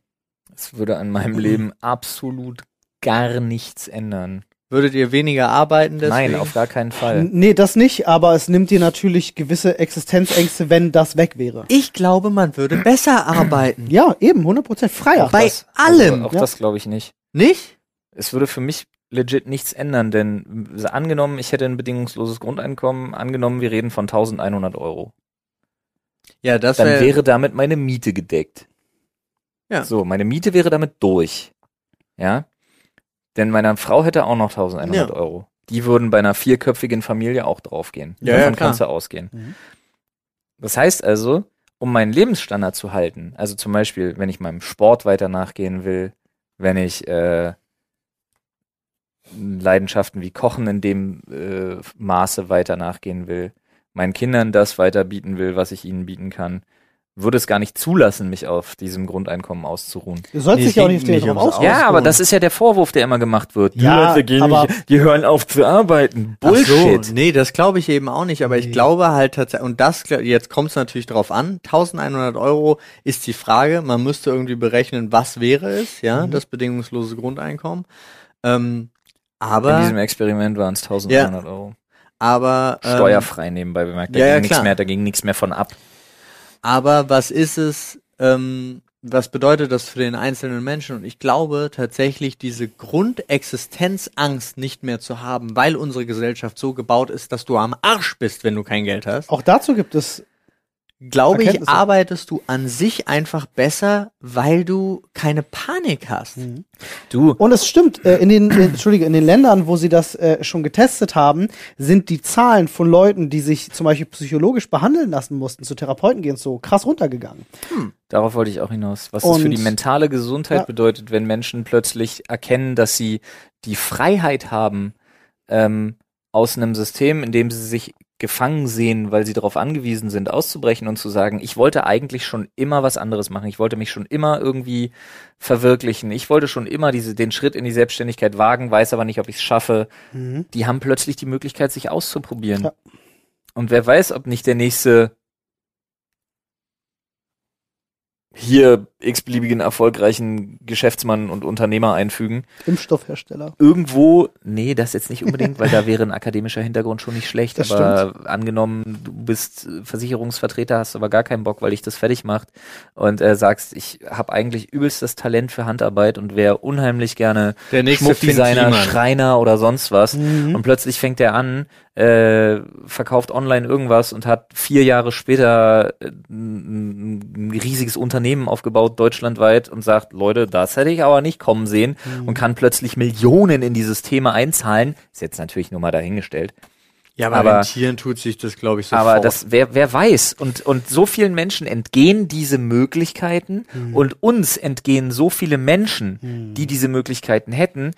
S1: Es würde an
S2: Mhm.
S1: meinem Leben absolut gar nichts ändern.
S3: Würdet ihr weniger arbeiten deswegen?
S1: Nein, auf gar keinen Fall.
S2: N- Nee, das nicht, aber es nimmt dir natürlich gewisse Existenzängste, wenn das weg wäre.
S3: Ich glaube, man würde besser arbeiten.
S2: Ja, eben, 100% freier.
S1: Auch
S3: bei
S1: das,
S3: allem.
S1: Also, auch
S2: Ja.
S1: das glaube ich nicht.
S3: Nicht?
S1: Es würde für mich legit nichts ändern, denn äh, angenommen, ich hätte ein bedingungsloses Grundeinkommen, angenommen, wir reden von 1100 Euro.
S3: Ja, das
S1: Dann
S3: wär,
S1: wäre damit meine Miete gedeckt.
S3: Ja.
S1: So, meine Miete wäre damit durch. Ja. Denn meine Frau hätte auch noch 1100
S3: Ja.
S1: Euro. Die würden bei einer vierköpfigen Familie auch draufgehen.
S3: Ja, ja,
S1: Davon
S3: klar.
S1: kannst du Ne, ausgehen.
S2: Mhm.
S1: Das heißt also, um meinen Lebensstandard zu halten, also zum Beispiel, wenn ich meinem Sport weiter nachgehen will, wenn ich äh, Leidenschaften wie Kochen in dem äh, Maße weiter nachgehen will, meinen Kindern das weiter bieten will, was ich ihnen bieten kann, würde es gar nicht zulassen, mich auf diesem Grundeinkommen auszuruhen.
S2: Du sollst
S3: Nee,
S2: dich ja auch
S3: es
S2: nicht auf
S3: ging
S2: den
S3: nicht
S2: drauf
S3: ums
S2: ausruhen.
S3: Ja,
S1: Ja,
S3: Ausruhen.
S1: aber das ist ja der Vorwurf, der immer gemacht wird. Die
S2: Ja,
S1: Leute gehen
S2: aber-
S1: nicht, die hören auf zu arbeiten. Bullshit.
S3: Ach so, nee, das glaube ich eben auch nicht, aber ich
S2: Nee.
S3: glaube halt tatsächlich, und das, gl- jetzt kommt es natürlich drauf an, 1100 Euro ist die Frage, man müsste irgendwie berechnen, was wäre es, ja,
S1: Mhm.
S3: das bedingungslose Grundeinkommen. Ähm,
S1: In
S3: aber,
S1: diesem Experiment waren es 1100 Euro.
S3: aber, ähm,
S1: Steuerfrei nebenbei bemerkt. Da,
S3: ja, ja,
S1: ging nichts
S3: klar.
S1: mehr, da ging nichts mehr von ab.
S3: aber was ist es, ähm, was bedeutet das für den einzelnen Menschen? Und ich glaube tatsächlich, diese Grundexistenzangst nicht mehr zu haben, weil unsere Gesellschaft so gebaut ist, dass du am Arsch bist, wenn du kein Geld hast.
S2: Auch dazu gibt es
S3: glaube ich,
S2: Erkenntnisse.
S3: arbeitest du an sich einfach besser, weil du keine Panik hast.
S1: Mhm. Du,
S2: und es stimmt äh, in den äh, entschuldige in den Ländern, wo sie das äh, schon getestet haben, sind die Zahlen von Leuten, die sich zum Beispiel psychologisch behandeln lassen mussten, zu Therapeuten gehen, so krass runtergegangen.
S1: Darauf wollte ich auch hinaus. Was das für
S2: Und-
S1: die mentale Gesundheit
S2: Ja.
S1: bedeutet, wenn Menschen plötzlich erkennen, dass sie die Freiheit haben, ähm, aus einem System, in dem sie sich gefangen sehen, weil sie darauf angewiesen sind, auszubrechen und zu sagen, ich wollte eigentlich schon immer was anderes machen. Ich wollte mich schon immer irgendwie verwirklichen. Ich wollte schon immer diese, den Schritt in die Selbstständigkeit wagen, weiß aber nicht, ob ich es schaffe. Die haben plötzlich die Möglichkeit, sich auszuprobieren.
S2: Mhm. Ja.
S1: Und wer weiß, ob nicht der nächste hier x-beliebigen erfolgreichen Geschäftsmann und Unternehmer einfügen,
S2: Impfstoffhersteller.
S1: irgendwo, nee, das jetzt nicht unbedingt, weil da wäre ein akademischer Hintergrund schon nicht schlecht,
S2: Das
S1: aber angenommen, du bist äh, Versicherungsvertreter, hast aber gar keinen Bock, weil dich das fertig macht und äh, sagst, ich habe eigentlich übelst das Talent für Handarbeit und wäre unheimlich gerne
S4: Der nächste
S1: Schmuckdesigner,
S4: Finn Kliman.
S1: Schreiner oder sonst was und
S2: Mhm.
S1: plötzlich fängt er an, äh, verkauft online irgendwas und hat vier Jahre später äh, ein ein riesiges Unternehmen aufgebaut, deutschlandweit, und sagt, Leute, das hätte ich aber nicht kommen sehen und kann plötzlich Millionen in dieses Thema einzahlen. Ist jetzt natürlich nur mal dahingestellt.
S3: Ja,
S1: aber-
S3: Tieren tut sich das, glaube ich,
S1: Aber das, wer, wer weiß. Und, und so vielen Menschen entgehen diese Möglichkeiten und uns entgehen so viele Menschen, die diese Möglichkeiten hätten,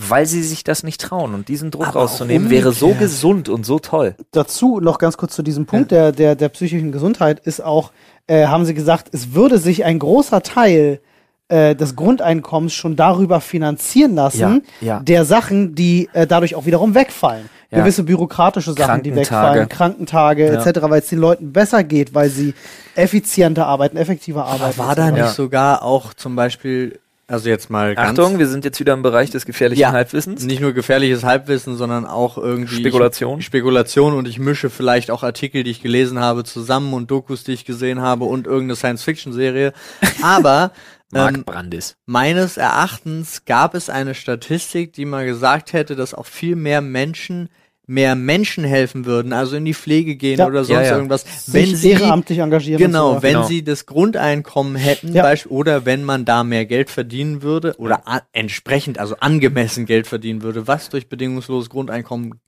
S1: weil sie sich das nicht trauen. Und diesen Druck
S2: Aber auch
S1: rauszunehmen wäre so
S2: umgekehrt.
S1: gesund und so toll.
S2: Dazu noch ganz kurz zu diesem Punkt der, der, der psychischen Gesundheit ist auch, äh, haben sie gesagt, es würde sich ein großer Teil äh, des Grundeinkommens schon darüber finanzieren lassen,
S1: Ja, ja.
S2: der Sachen, die äh, dadurch auch wiederum wegfallen.
S1: Ja.
S2: Gewisse bürokratische Sachen, die
S1: Krankentage.
S2: wegfallen, Krankentage
S1: Ja.
S2: etc., weil es den Leuten besser geht, weil sie effizienter arbeiten, effektiver
S3: aber
S2: arbeiten.
S3: war da
S2: etc.
S3: nicht
S1: Ja.
S3: sogar auch zum Beispiel, also jetzt mal ganz,
S1: Achtung, wir sind jetzt wieder im Bereich des gefährlichen
S3: Ja.
S1: Halbwissens.
S3: nicht nur gefährliches Halbwissen, sondern auch irgendwie
S1: Spekulation.
S3: Ich, Spekulation und ich mische vielleicht auch Artikel, die ich gelesen habe, zusammen und Dokus, die ich gesehen habe und irgendeine Science-Fiction-Serie. Aber ähm,
S5: Brandis.
S3: meines Erachtens gab es eine Statistik, die mal gesagt hätte, dass auch viel mehr Menschen mehr Menschen helfen würden, also in die Pflege gehen
S2: Ja.
S3: oder sonst
S1: ja.
S3: irgendwas, wenn
S2: sich
S3: sie
S2: ehrenamtlich engagieren. und
S3: Genau,
S2: so.
S3: wenn
S1: Genau.
S3: sie das Grundeinkommen hätten,
S2: Ja.
S3: beisp- oder wenn man da mehr Geld verdienen würde, oder a- entsprechend, also angemessen Geld verdienen würde, was durch bedingungsloses Grundeinkommen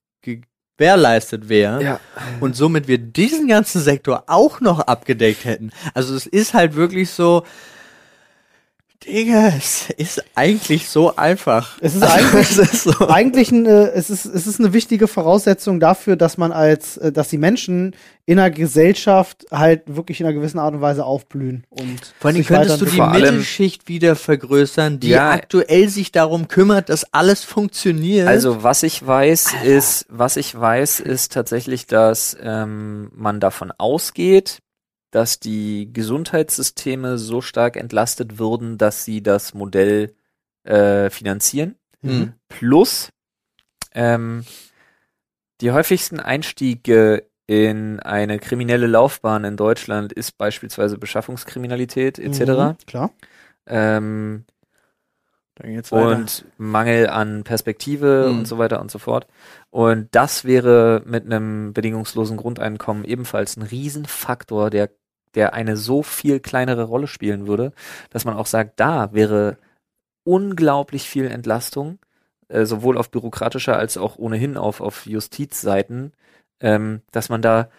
S3: gewährleistet wäre,
S1: Ja.
S3: und somit wir diesen ganzen Sektor auch noch abgedeckt hätten. Also es ist halt wirklich so, Digga, es ist eigentlich so einfach. Also
S2: Es ist eigentlich-
S3: es ist so.
S2: eigentlich eine, es ist, es ist eine wichtige Voraussetzung dafür, dass man als, äh, dass die Menschen in einer Gesellschaft halt wirklich in einer gewissen Art und Weise aufblühen und
S3: Vor allem
S2: sich
S3: könntest du die
S1: Vor allem-
S3: Mittelschicht wieder vergrößern, die
S1: Ja.
S3: aktuell sich darum kümmert, dass alles funktioniert.
S1: Also was ich weiß ist, was ich weiß ist tatsächlich, dass ähm, man davon ausgeht, dass die Gesundheitssysteme so stark entlastet würden, dass sie das Modell äh, finanzieren.
S3: Mhm.
S1: Plus ähm, die häufigsten Einstiege in eine kriminelle Laufbahn in Deutschland ist beispielsweise Beschaffungskriminalität etc.
S2: Mhm, klar.
S1: Ähm,
S3: Dann geht's weiter.
S1: und Mangel an Perspektive
S3: Mhm.
S1: und so weiter und so fort. Und das wäre mit einem bedingungslosen Grundeinkommen ebenfalls ein Riesenfaktor, der, der eine so viel kleinere Rolle spielen würde, dass man auch sagt, da wäre unglaublich viel Entlastung, äh, sowohl auf bürokratischer als auch ohnehin auf, auf Justizseiten, ähm, dass man da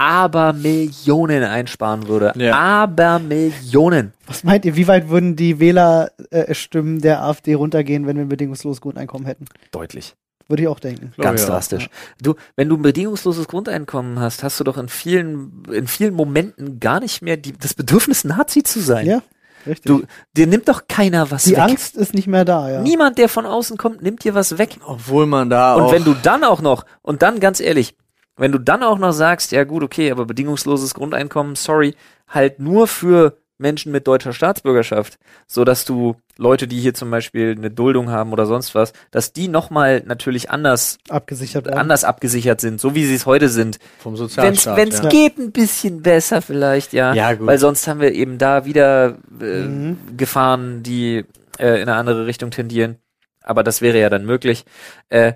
S1: aber Millionen einsparen würde.
S3: Ja.
S1: Aber Millionen.
S2: Was meint ihr, wie weit würden die Wählerstimmen äh, Stimmen der AfD runtergehen, wenn wir ein bedingungsloses Grundeinkommen hätten?
S1: Deutlich.
S2: Würde ich auch denken.
S3: Glaub
S1: Ganz
S3: ich auch.
S1: drastisch. Du, wenn du ein bedingungsloses Grundeinkommen hast, hast du doch in vielen, in vielen Momenten gar nicht mehr die, das Bedürfnis, Nazi zu sein.
S2: Ja, richtig.
S1: Du, dir nimmt doch keiner was
S2: die
S1: weg.
S2: Angst ist nicht mehr da, ja.
S1: Niemand, der von außen kommt, nimmt dir was weg.
S3: Obwohl man da
S1: Und
S3: auch.
S1: wenn du dann auch noch, und dann ganz ehrlich, wenn du dann auch noch sagst, ja gut, okay, aber bedingungsloses Grundeinkommen, sorry, halt nur für Menschen mit deutscher Staatsbürgerschaft, so dass du Leute, die hier zum Beispiel eine Duldung haben oder sonst was, dass die nochmal natürlich anders
S2: Abgesichert werden.
S1: anders abgesichert sind, so wie sie es heute sind.
S3: vom
S1: Wenn es
S3: Sozialstaat. ja.
S1: geht, ein bisschen besser vielleicht, ja.
S3: Ja, gut.
S1: Weil sonst haben wir eben da wieder äh,
S2: Mhm.
S1: Gefahren, die äh, in eine andere Richtung tendieren. Aber das wäre ja dann möglich. Äh,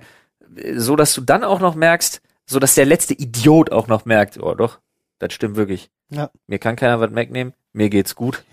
S1: so dass du dann auch noch merkst, so dass der letzte Idiot auch noch merkt, oh doch, das stimmt wirklich.
S2: Ja.
S1: Mir kann keiner was wegnehmen. mir geht's gut.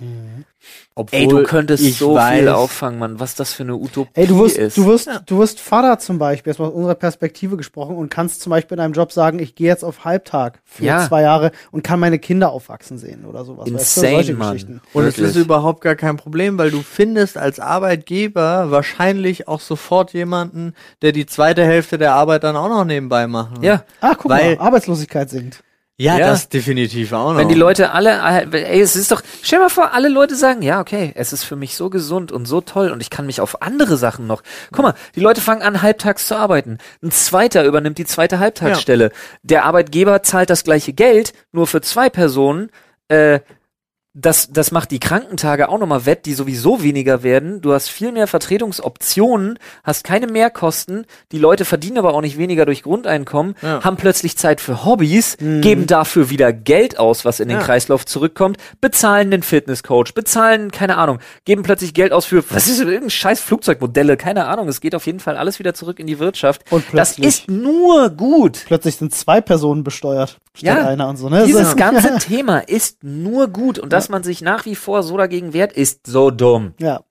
S3: Obwohl
S1: Ey, du könntest
S3: ich
S1: so
S3: weiß,
S1: viel auffangen, Mann, was das für eine Utopie
S2: Ey, du wirst,
S1: ist.
S2: du wirst, du wirst Vater zum Beispiel, erstmal aus unserer Perspektive gesprochen und kannst zum Beispiel in einem Job sagen, ich gehe jetzt auf Halbtag für
S1: Ja.
S2: zwei Jahre und kann meine Kinder aufwachsen sehen oder sowas. weißt du,
S1: Insane, Mann.
S3: Und es
S1: Wirklich.
S3: ist überhaupt gar kein Problem, weil du findest als Arbeitgeber wahrscheinlich auch sofort jemanden, der die zweite Hälfte der Arbeit dann auch noch nebenbei macht.
S1: ja,
S2: Ah, guck
S3: Weil-
S2: mal, Arbeitslosigkeit sinkt.
S3: ja,
S1: Ja.
S3: das definitiv auch noch.
S1: Wenn die Leute alle, ey, es ist doch, stell mal vor, alle Leute sagen, ja, okay, es ist für mich so gesund und so toll und ich kann mich auf andere Sachen noch. Guck mal, die Leute fangen an, halbtags zu arbeiten. Ein Zweiter übernimmt die zweite Halbtagsstelle. Der Arbeitgeber zahlt das gleiche Geld, nur für zwei Personen. Äh, das, das macht die Krankentage auch nochmal wett, die sowieso weniger werden. Du hast viel mehr Vertretungsoptionen, hast keine Mehrkosten. Die Leute verdienen aber auch nicht weniger durch Grundeinkommen,
S3: Ja.
S1: haben plötzlich Zeit für Hobbys,
S2: Mhm.
S1: geben dafür wieder Geld aus, was in den
S3: Ja.
S1: Kreislauf zurückkommt, bezahlen den Fitnesscoach, bezahlen, keine Ahnung, geben plötzlich Geld aus für, was ist das, irgendein scheiß Flugzeugmodelle, keine Ahnung. Es geht auf jeden Fall alles wieder zurück in die Wirtschaft.
S2: Und
S1: das
S2: plötzlich-
S1: ist nur gut.
S2: Plötzlich sind zwei Personen besteuert statt
S1: Ja,
S2: einer und so. Ne?
S1: Dieses
S2: So-
S1: ganze Thema ist nur gut und dass man sich nach wie vor so dagegen wehrt, ist so dumm.
S2: ja.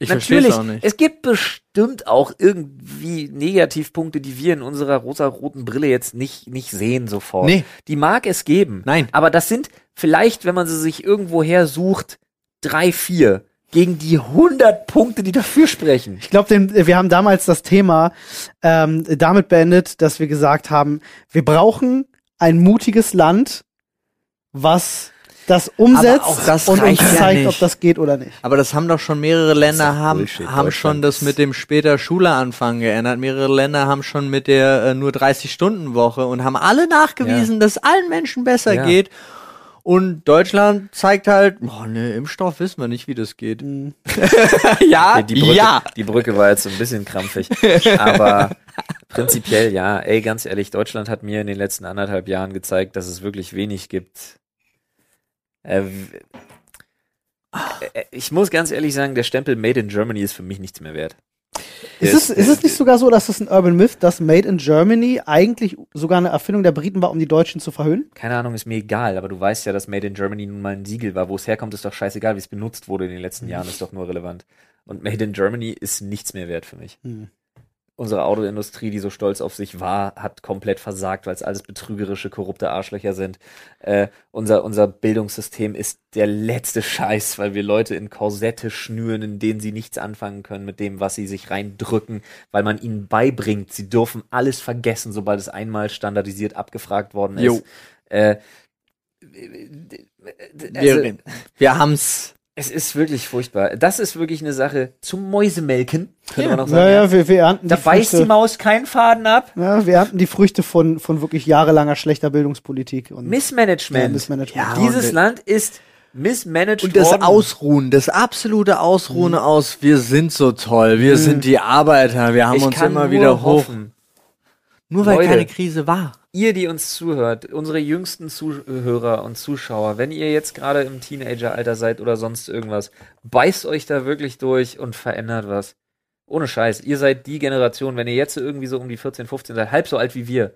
S3: ich versteh's
S1: Natürlich,
S3: auch nicht.
S1: es gibt bestimmt auch irgendwie Negativpunkte, die wir in unserer rosa-roten Brille jetzt nicht, nicht sehen sofort.
S3: Nee.
S1: Die mag es geben.
S3: Nein.
S1: Aber das sind vielleicht, wenn man sie sich irgendwo her sucht, drei, vier gegen die 100 Punkte, die dafür sprechen.
S2: Ich glaube, wir haben damals das Thema ähm, damit beendet, dass wir gesagt haben, wir brauchen ein mutiges Land, was das umsetzt
S3: auch das
S2: und uns
S3: reicht ja
S2: zeigt,
S3: nicht.
S2: ob das geht oder nicht.
S3: Aber das haben doch schon mehrere Länder
S1: doch
S3: haben,
S1: Bullshit,
S3: haben schon
S1: Deutschland
S3: das mit dem später Schuleanfang geändert. Mehrere Länder haben schon mit der äh, nur 30-Stunden-Woche und haben alle nachgewiesen, dass allen Menschen besser
S1: Ja.
S3: geht. Und Deutschland zeigt halt, boah, ne, Impfstoff wissen wir nicht, wie das geht. ja,
S1: Die Brücke,
S3: ja.
S1: die Brücke war jetzt so ein bisschen krampfig. aber prinzipiell ja. Ey, ganz ehrlich, Deutschland hat mir in den letzten anderthalb Jahren gezeigt, dass es wirklich wenig gibt. Äh, w- äh, ich muss ganz ehrlich sagen, der Stempel Made in Germany ist für mich nichts mehr wert. Der
S2: Ist es, ist es nicht sogar so, dass es ein Urban Myth, dass Made in Germany eigentlich sogar eine Erfindung der Briten war, um die Deutschen zu verhöhnen?
S1: Keine Ahnung, ist mir egal, aber du weißt ja, dass Made in Germany nun mal ein Siegel war. Wo es herkommt, ist doch scheißegal. Wie es benutzt wurde in den letzten Jahren, ist doch nur relevant. Und Made in Germany ist nichts mehr wert für mich.
S2: Hm.
S1: Unsere Autoindustrie, die so stolz auf sich war, hat komplett versagt, weil es alles betrügerische, korrupte Arschlöcher sind. Äh, unser, unser Bildungssystem ist der letzte Scheiß, weil wir Leute in Korsette schnüren, in denen sie nichts anfangen können mit dem, was sie sich reindrücken, weil man ihnen beibringt, sie dürfen alles vergessen, sobald es einmal standardisiert abgefragt worden ist.
S3: Jo.
S1: Äh, also,
S3: Wir, wir haben's.
S1: es ist wirklich furchtbar. Das ist wirklich eine Sache zum Mäusemelken, könnte man auch sagen.
S2: Ja, ja, wir, wir ernten
S1: Da
S2: die
S1: beißt die
S2: Früchte.
S1: Maus keinen Faden ab.
S2: ja, wir ernten die Früchte von, von wirklich jahrelanger schlechter Bildungspolitik und ja,
S1: Missmanagement.
S2: Missmanagement.
S3: Ja,
S1: Dieses
S3: und-
S1: Land ist mismanaged
S3: Und das
S1: worden.
S3: Ausruhen, das absolute Ausruhen aus, wir sind so toll, wir sind die Arbeiter, wir haben
S1: ich
S3: uns
S1: kann
S3: immer
S1: nur
S3: wieder hoch.
S1: hoffen,
S3: Nur weil
S1: Leute.
S3: keine Krise war.
S1: ihr, die uns zuhört, unsere jüngsten Zuhörer und Zuschauer, wenn ihr jetzt gerade im Teenageralter seid oder sonst irgendwas, beißt euch da wirklich durch und verändert was. Ohne Scheiß. Ihr seid die Generation, wenn ihr jetzt so irgendwie so um die 14, 15 seid, halb so alt wie wir.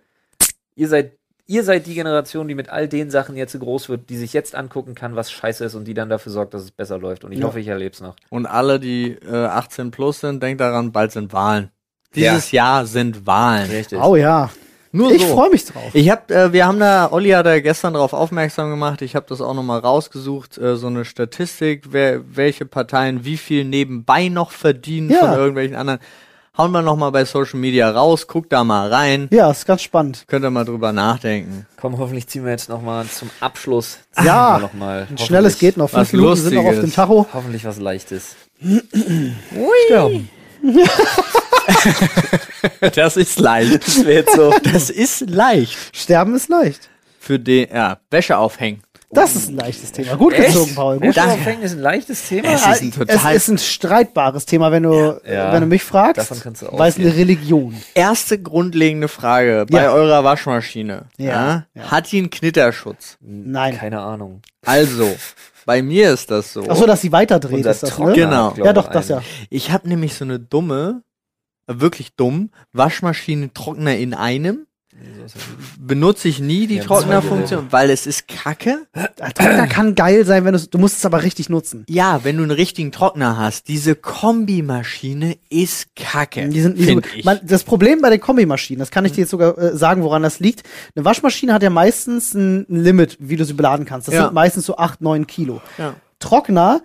S1: Ihr seid, ihr seid die Generation, die mit all den Sachen jetzt so groß wird, die sich jetzt angucken kann, was scheiße ist und die dann dafür sorgt, dass es besser läuft. Und ich
S2: Ja.
S1: hoffe, ich erlebe es noch.
S3: Und alle, die äh, 18 plus sind, denkt daran, bald sind Wahlen. Dieses Jahr sind Wahlen.
S1: Richtig.
S2: Oh ja.
S3: Nur
S2: Ich
S3: so.
S2: freue mich drauf.
S3: Ich hab, äh, wir haben da, Olli hat da gestern darauf aufmerksam gemacht, ich habe das auch nochmal rausgesucht, äh, so eine Statistik, wer, welche Parteien wie viel nebenbei noch verdienen
S2: Ja.
S3: von irgendwelchen anderen. Hauen wir nochmal bei Social Media raus, guckt da mal rein,
S2: Ja, ist ganz spannend.
S3: könnt ihr mal drüber nachdenken.
S1: Komm, hoffentlich ziehen wir jetzt nochmal zum Abschluss.
S2: Ja.
S1: Noch mal.
S2: Ein schnelles geht noch.
S3: was
S2: Fünf Minuten sind noch auf dem
S3: Lustiges.
S2: Tacho.
S1: Hoffentlich was Leichtes.
S3: Sterben. das ist leicht. Das wäre jetzt so. Das ist leicht.
S2: Sterben ist leicht.
S3: Für den, ja, Wäsche aufhängen.
S2: Das ist ein leichtes Thema. Gut gezogen, Paul. Gut.
S1: Wäsche
S3: Danke.
S1: aufhängen ist ein leichtes Thema.
S3: Es ist ein total-
S2: es ist ein streitbares Thema, wenn du,
S1: Ja.
S2: wenn du mich fragst,
S1: Davon kannst du
S2: weil es eine Religion.
S3: Erste grundlegende Frage bei
S2: Ja.
S3: eurer Waschmaschine.
S2: Ja, ja.
S3: Hat die einen Knitterschutz?
S2: Nein.
S1: Keine Ahnung.
S3: Also, bei mir ist das so.
S2: Ach so, dass sie weiterdreht,
S1: Unser
S2: ist das,
S1: Trockner
S2: ne?
S3: Trockner. Genau.
S1: glaubt
S2: Ja, doch, das ja.
S1: einem.
S3: Ich habe nämlich so eine dumme, äh, wirklich dumm, Waschmaschine Trockner in einem. benutze ich nie die
S1: Ja,
S3: Trocknerfunktion, weil es ist kacke.
S2: Der Trockner kann geil sein, wenn du du musst es aber richtig nutzen.
S3: Ja, wenn du einen richtigen Trockner hast, diese Kombimaschine ist kacke.
S2: Die sind nicht so,
S3: find ich.
S2: man, das Problem bei den Kombimaschinen, das kann ich dir jetzt sogar äh, sagen, woran das liegt. Eine Waschmaschine hat ja meistens ein Limit, wie du sie beladen kannst. Das
S3: Ja.
S2: sind meistens so 8, 9 Kilo.
S3: Ja.
S2: Trockner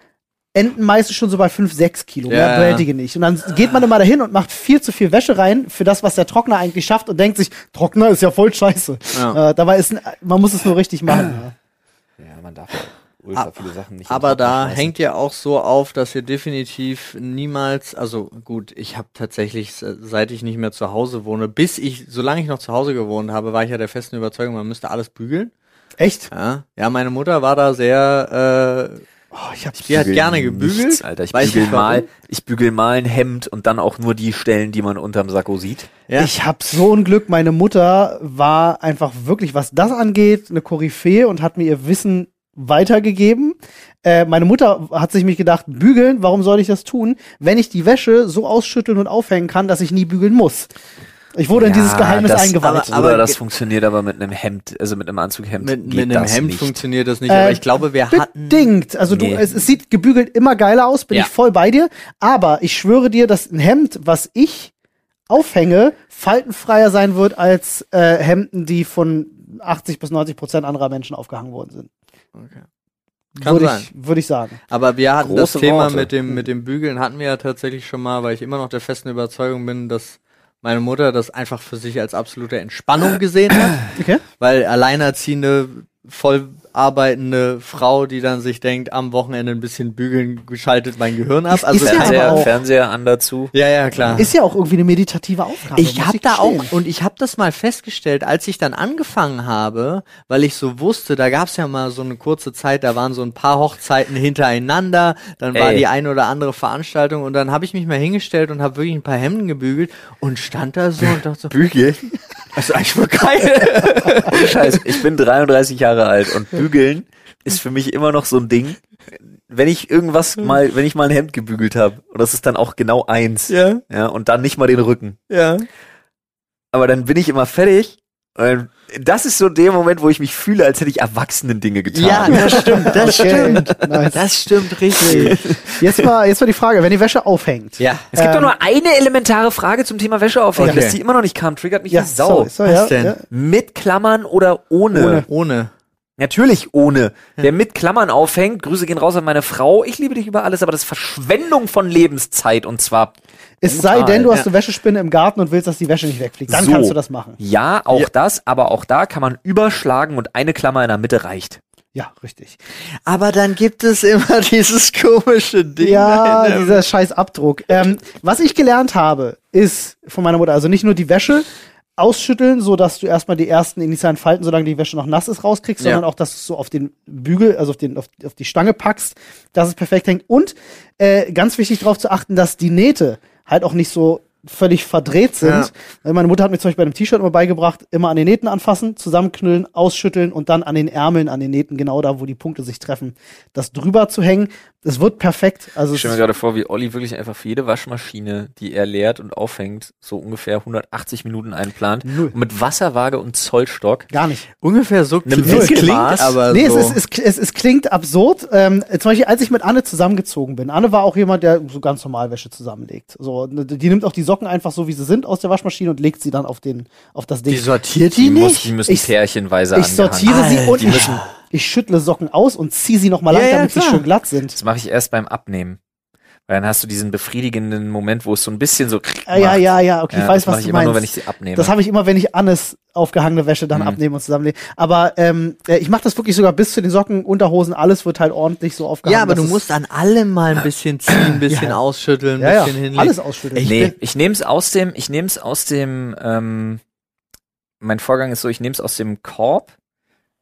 S2: enden meistens schon so bei 5, 6 Kilo.
S3: Ja,
S2: Mehr
S3: ja.
S2: bewältige nicht. Und dann geht man immer dahin und macht viel zu viel Wäsche rein für das, was der Trockner eigentlich schafft und denkt sich, Trockner ist ja voll scheiße.
S3: Ja.
S2: Äh, dabei ist, ein- man muss es nur richtig machen. ja.
S1: Ja, man darf ja ultra viele Sachen nicht. in den
S3: Aber
S1: Trockner
S3: da
S1: schmeißen.
S3: hängt ihr auch so auf, dass ihr definitiv niemals, also gut, ich habe tatsächlich, se- seit ich nicht mehr zu Hause wohne, bis ich, solange ich noch zu Hause gewohnt habe, war ich ja der festen Überzeugung, man müsste alles bügeln.
S2: Echt?
S3: Ja, ja meine Mutter war da sehr, äh,
S1: Oh,
S2: ich hab's
S3: die hat
S1: Bügel
S3: gerne gebügelt.
S1: Nichts, Alter, ich
S3: Weiß
S1: bügel
S3: nicht warum.
S1: mal, ich bügel mal ein Hemd und dann auch nur die Stellen, die man unterm Sakko sieht.
S3: Ja.
S2: Ich hab so ein Glück, meine Mutter war einfach wirklich, was das angeht, eine Koryphäe und hat mir ihr Wissen weitergegeben. Äh, meine Mutter hat sich mich gedacht, bügeln, warum soll ich das tun, wenn ich die Wäsche so ausschütteln und aufhängen kann, dass ich nie bügeln muss. Ich wurde in dieses
S1: Ja,
S2: Geheimnis
S1: das-
S2: eingeweiht.
S1: Aber,
S3: Aber-
S1: das funktioniert aber mit einem Hemd, also mit einem Anzughemd.
S3: mit,
S1: geht
S3: mit einem
S1: das
S3: Hemd
S1: nicht.
S3: funktioniert das nicht,
S2: Äh,
S3: aber ich glaube, wir hatten,
S2: Bedingt. Also du,
S1: Nee.
S2: es, es sieht gebügelt immer geiler aus, bin
S3: Ja.
S2: ich voll bei dir. Aber ich schwöre dir, dass ein Hemd, was ich aufhänge, faltenfreier sein wird als äh, Hemden, die von 80 bis 90 Prozent anderer Menschen aufgehangen worden sind.
S3: Kann
S2: würde
S3: sein.
S2: ich, würde ich sagen.
S3: aber wir hatten das
S1: Große
S3: Thema
S1: Worte. Hm.
S3: mit dem, mit dem Bügeln hatten wir ja tatsächlich schon mal, weil ich immer noch der festen Überzeugung bin, dass meine Mutter das einfach für sich als absolute Entspannung gesehen hat.
S2: Okay.
S3: Weil alleinerziehende, voll arbeitende Frau, die dann sich denkt, am Wochenende ein bisschen bügeln, schaltet mein Gehirn ab. Also
S2: Ist- ist ja
S1: Fernseher,
S2: aber auch-
S1: Fernseher an dazu.
S3: ja, ja, klar.
S2: Ah. Ist ja auch irgendwie eine meditative Aufgabe.
S3: ich
S2: muss
S3: habe da
S2: gestehen.
S3: auch und ich habe das mal festgestellt, als ich dann angefangen habe, weil ich so wusste, da gab's ja mal so eine kurze Zeit, da waren so ein paar Hochzeiten hintereinander, dann war
S1: Ey.
S3: die eine oder andere Veranstaltung und dann habe ich mich mal hingestellt und habe wirklich ein paar Hemden gebügelt und stand da so und dachte so,
S1: Bügeln?
S3: das
S1: Also
S3: ist eigentlich voll geil.
S1: Scheiße, ich bin 33 Jahre alt und bügeln ist für mich immer noch so ein Ding. Wenn ich irgendwas mal, wenn ich mal ein Hemd gebügelt habe und das ist dann auch genau eins,
S3: ja,
S1: ja, und dann nicht mal den Rücken.
S3: ja.
S1: Aber dann bin ich immer fertig. Und das ist so der Moment, wo ich mich fühle, als hätte ich erwachsenen Dinge getan.
S3: Ja, das stimmt, das
S2: Okay.
S3: stimmt.
S2: Nice.
S3: Das stimmt richtig.
S2: Jetzt war, jetzt war die Frage, wenn die Wäsche aufhängt.
S3: ja.
S1: Es gibt
S2: Ähm,
S1: doch nur eine elementare Frage zum Thema Wäsche aufhängen,
S3: Okay.
S1: dass die immer noch nicht kam. Triggert mich
S2: Ja,
S1: wie Sau.
S2: so, so,
S3: Was
S2: ja,
S3: denn?
S2: ja.
S1: Mit Klammern oder ohne?
S2: Ohne.
S3: Ohne.
S1: Natürlich ohne. Wer mit Klammern aufhängt, Grüße gehen raus an meine Frau. Ich liebe dich über alles, aber das ist Verschwendung von Lebenszeit und zwar
S2: Es sei
S1: Brutal,
S2: denn, du hast
S3: ja.
S2: eine Wäschespinne im Garten und willst, dass die Wäsche nicht wegfliegt. Dann
S1: so.
S2: kannst du das machen.
S1: Ja, auch
S3: Ja.
S1: das, aber auch da kann man überschlagen und eine Klammer in der Mitte reicht.
S2: Ja, richtig.
S3: Aber dann gibt es immer dieses komische Ding. ne? Ähm,
S2: Ja,
S3: da in der-
S2: dieser scheiß Abdruck. Ähm, was ich gelernt habe, ist von meiner Mutter, also nicht nur die Wäsche ausschütteln, so dass du erstmal die ersten initialen Falten, solange die Wäsche noch nass ist, rauskriegst,
S3: Ja.
S2: sondern auch, dass du es so auf den Bügel, also auf, den, auf, auf die Stange packst, dass es perfekt hängt. Und äh, ganz wichtig darauf zu achten, dass die Nähte halt auch nicht so völlig verdreht sind.
S3: Ja.
S2: Weil Also Meine Mutter hat mir zum Beispiel bei einem T-Shirt immer beigebracht, immer an den Nähten anfassen, zusammenknüllen, ausschütteln und dann an den Ärmeln, an den Nähten, genau da, wo die Punkte sich treffen, das drüber zu hängen. Es wird perfekt. Also
S1: Ich stelle
S2: es-
S1: mir gerade vor, wie Olli wirklich einfach für jede Waschmaschine, die er leert und aufhängt, so ungefähr 180 Minuten einplant.
S2: Null.
S1: Und mit Wasserwaage und Zollstock.
S2: Gar nicht.
S3: Ungefähr so
S1: Einem
S3: klingt,
S1: Winkelmaß.
S3: klingt aber
S2: nee,
S3: so.
S2: es, ist, es, es, es klingt absurd. Ähm, zum Beispiel, als ich mit Anne zusammengezogen bin, Anne war auch jemand, der so ganz normal Wäsche zusammenlegt. So, ne, die nimmt auch die Socken einfach so, wie sie sind, aus der Waschmaschine und legt sie dann auf, den, auf das Ding.
S3: die sortiert die
S1: Die, muss,
S3: nicht?
S1: die müssen
S2: Ich-
S1: pärchenweise
S2: ich
S1: angehangen.
S2: sortiere sie
S3: Alter.
S2: und
S1: Die
S2: ich,
S1: müssen-
S2: ich schüttle Socken aus und ziehe sie nochmal
S3: Ja,
S2: lang,
S3: ja,
S2: damit sie
S3: klar.
S2: schön glatt sind.
S1: Das mache ich erst beim Abnehmen. Weil dann hast du diesen befriedigenden Moment, wo es so ein bisschen so
S2: Ah, ja, ja, ja, okay, ich weiß,
S1: das mache
S2: was
S1: ich
S2: du
S1: immer
S2: meinst.
S1: nur, wenn ich sie abnehme.
S2: Das habe ich immer, wenn ich Annes aufgehangene Wäsche dann
S1: Mhm.
S2: abnehme und zusammenlege. Aber ähm, äh, ich mache das wirklich sogar bis zu den Socken, Unterhosen, alles wird halt ordentlich so aufgehangen.
S3: Ja, aber
S2: dass
S3: du
S2: es-
S3: musst an allem mal ein bisschen ziehen, ein bisschen
S2: Ja.
S3: ausschütteln, ein
S2: ja,
S3: bisschen
S2: ja,
S3: hinlegen.
S2: alles ausschütteln.
S3: Ich
S1: nee,
S3: bin-
S1: ich nehme es aus dem, ich nehme es aus dem, ähm, mein Vorgang ist so, ich nehme es aus dem Korb,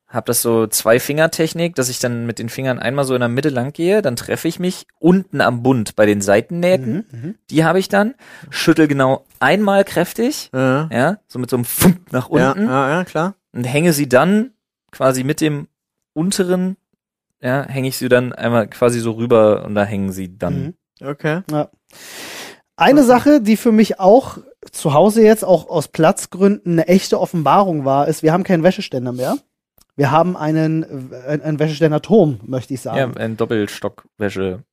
S1: habe das so zwei Fingertechnik, dass ich dann mit den Fingern einmal so in der Mitte lang gehe, dann treffe ich mich unten am Bund bei den Seitennähten,
S2: Mhm, mhm.
S1: die habe ich dann, schüttel genau einmal kräftig,
S3: Ja.
S1: ja, so mit so einem Fump nach
S3: Ja,
S1: unten
S3: ja, ja, klar.
S1: und hänge sie dann quasi mit dem unteren, ja, hänge ich sie dann einmal quasi so rüber und da hängen sie dann.
S2: Mhm.
S3: Okay.
S2: Eine Sache, die für mich auch zu Hause jetzt auch aus Platzgründen eine echte Offenbarung war, ist, wir haben keinen Wäscheständer mehr. Wir haben einen, äh, einen Wäscheständer-Turm, möchte ich sagen.
S1: Ja, ein Doppelstockwäscheständer-Ding.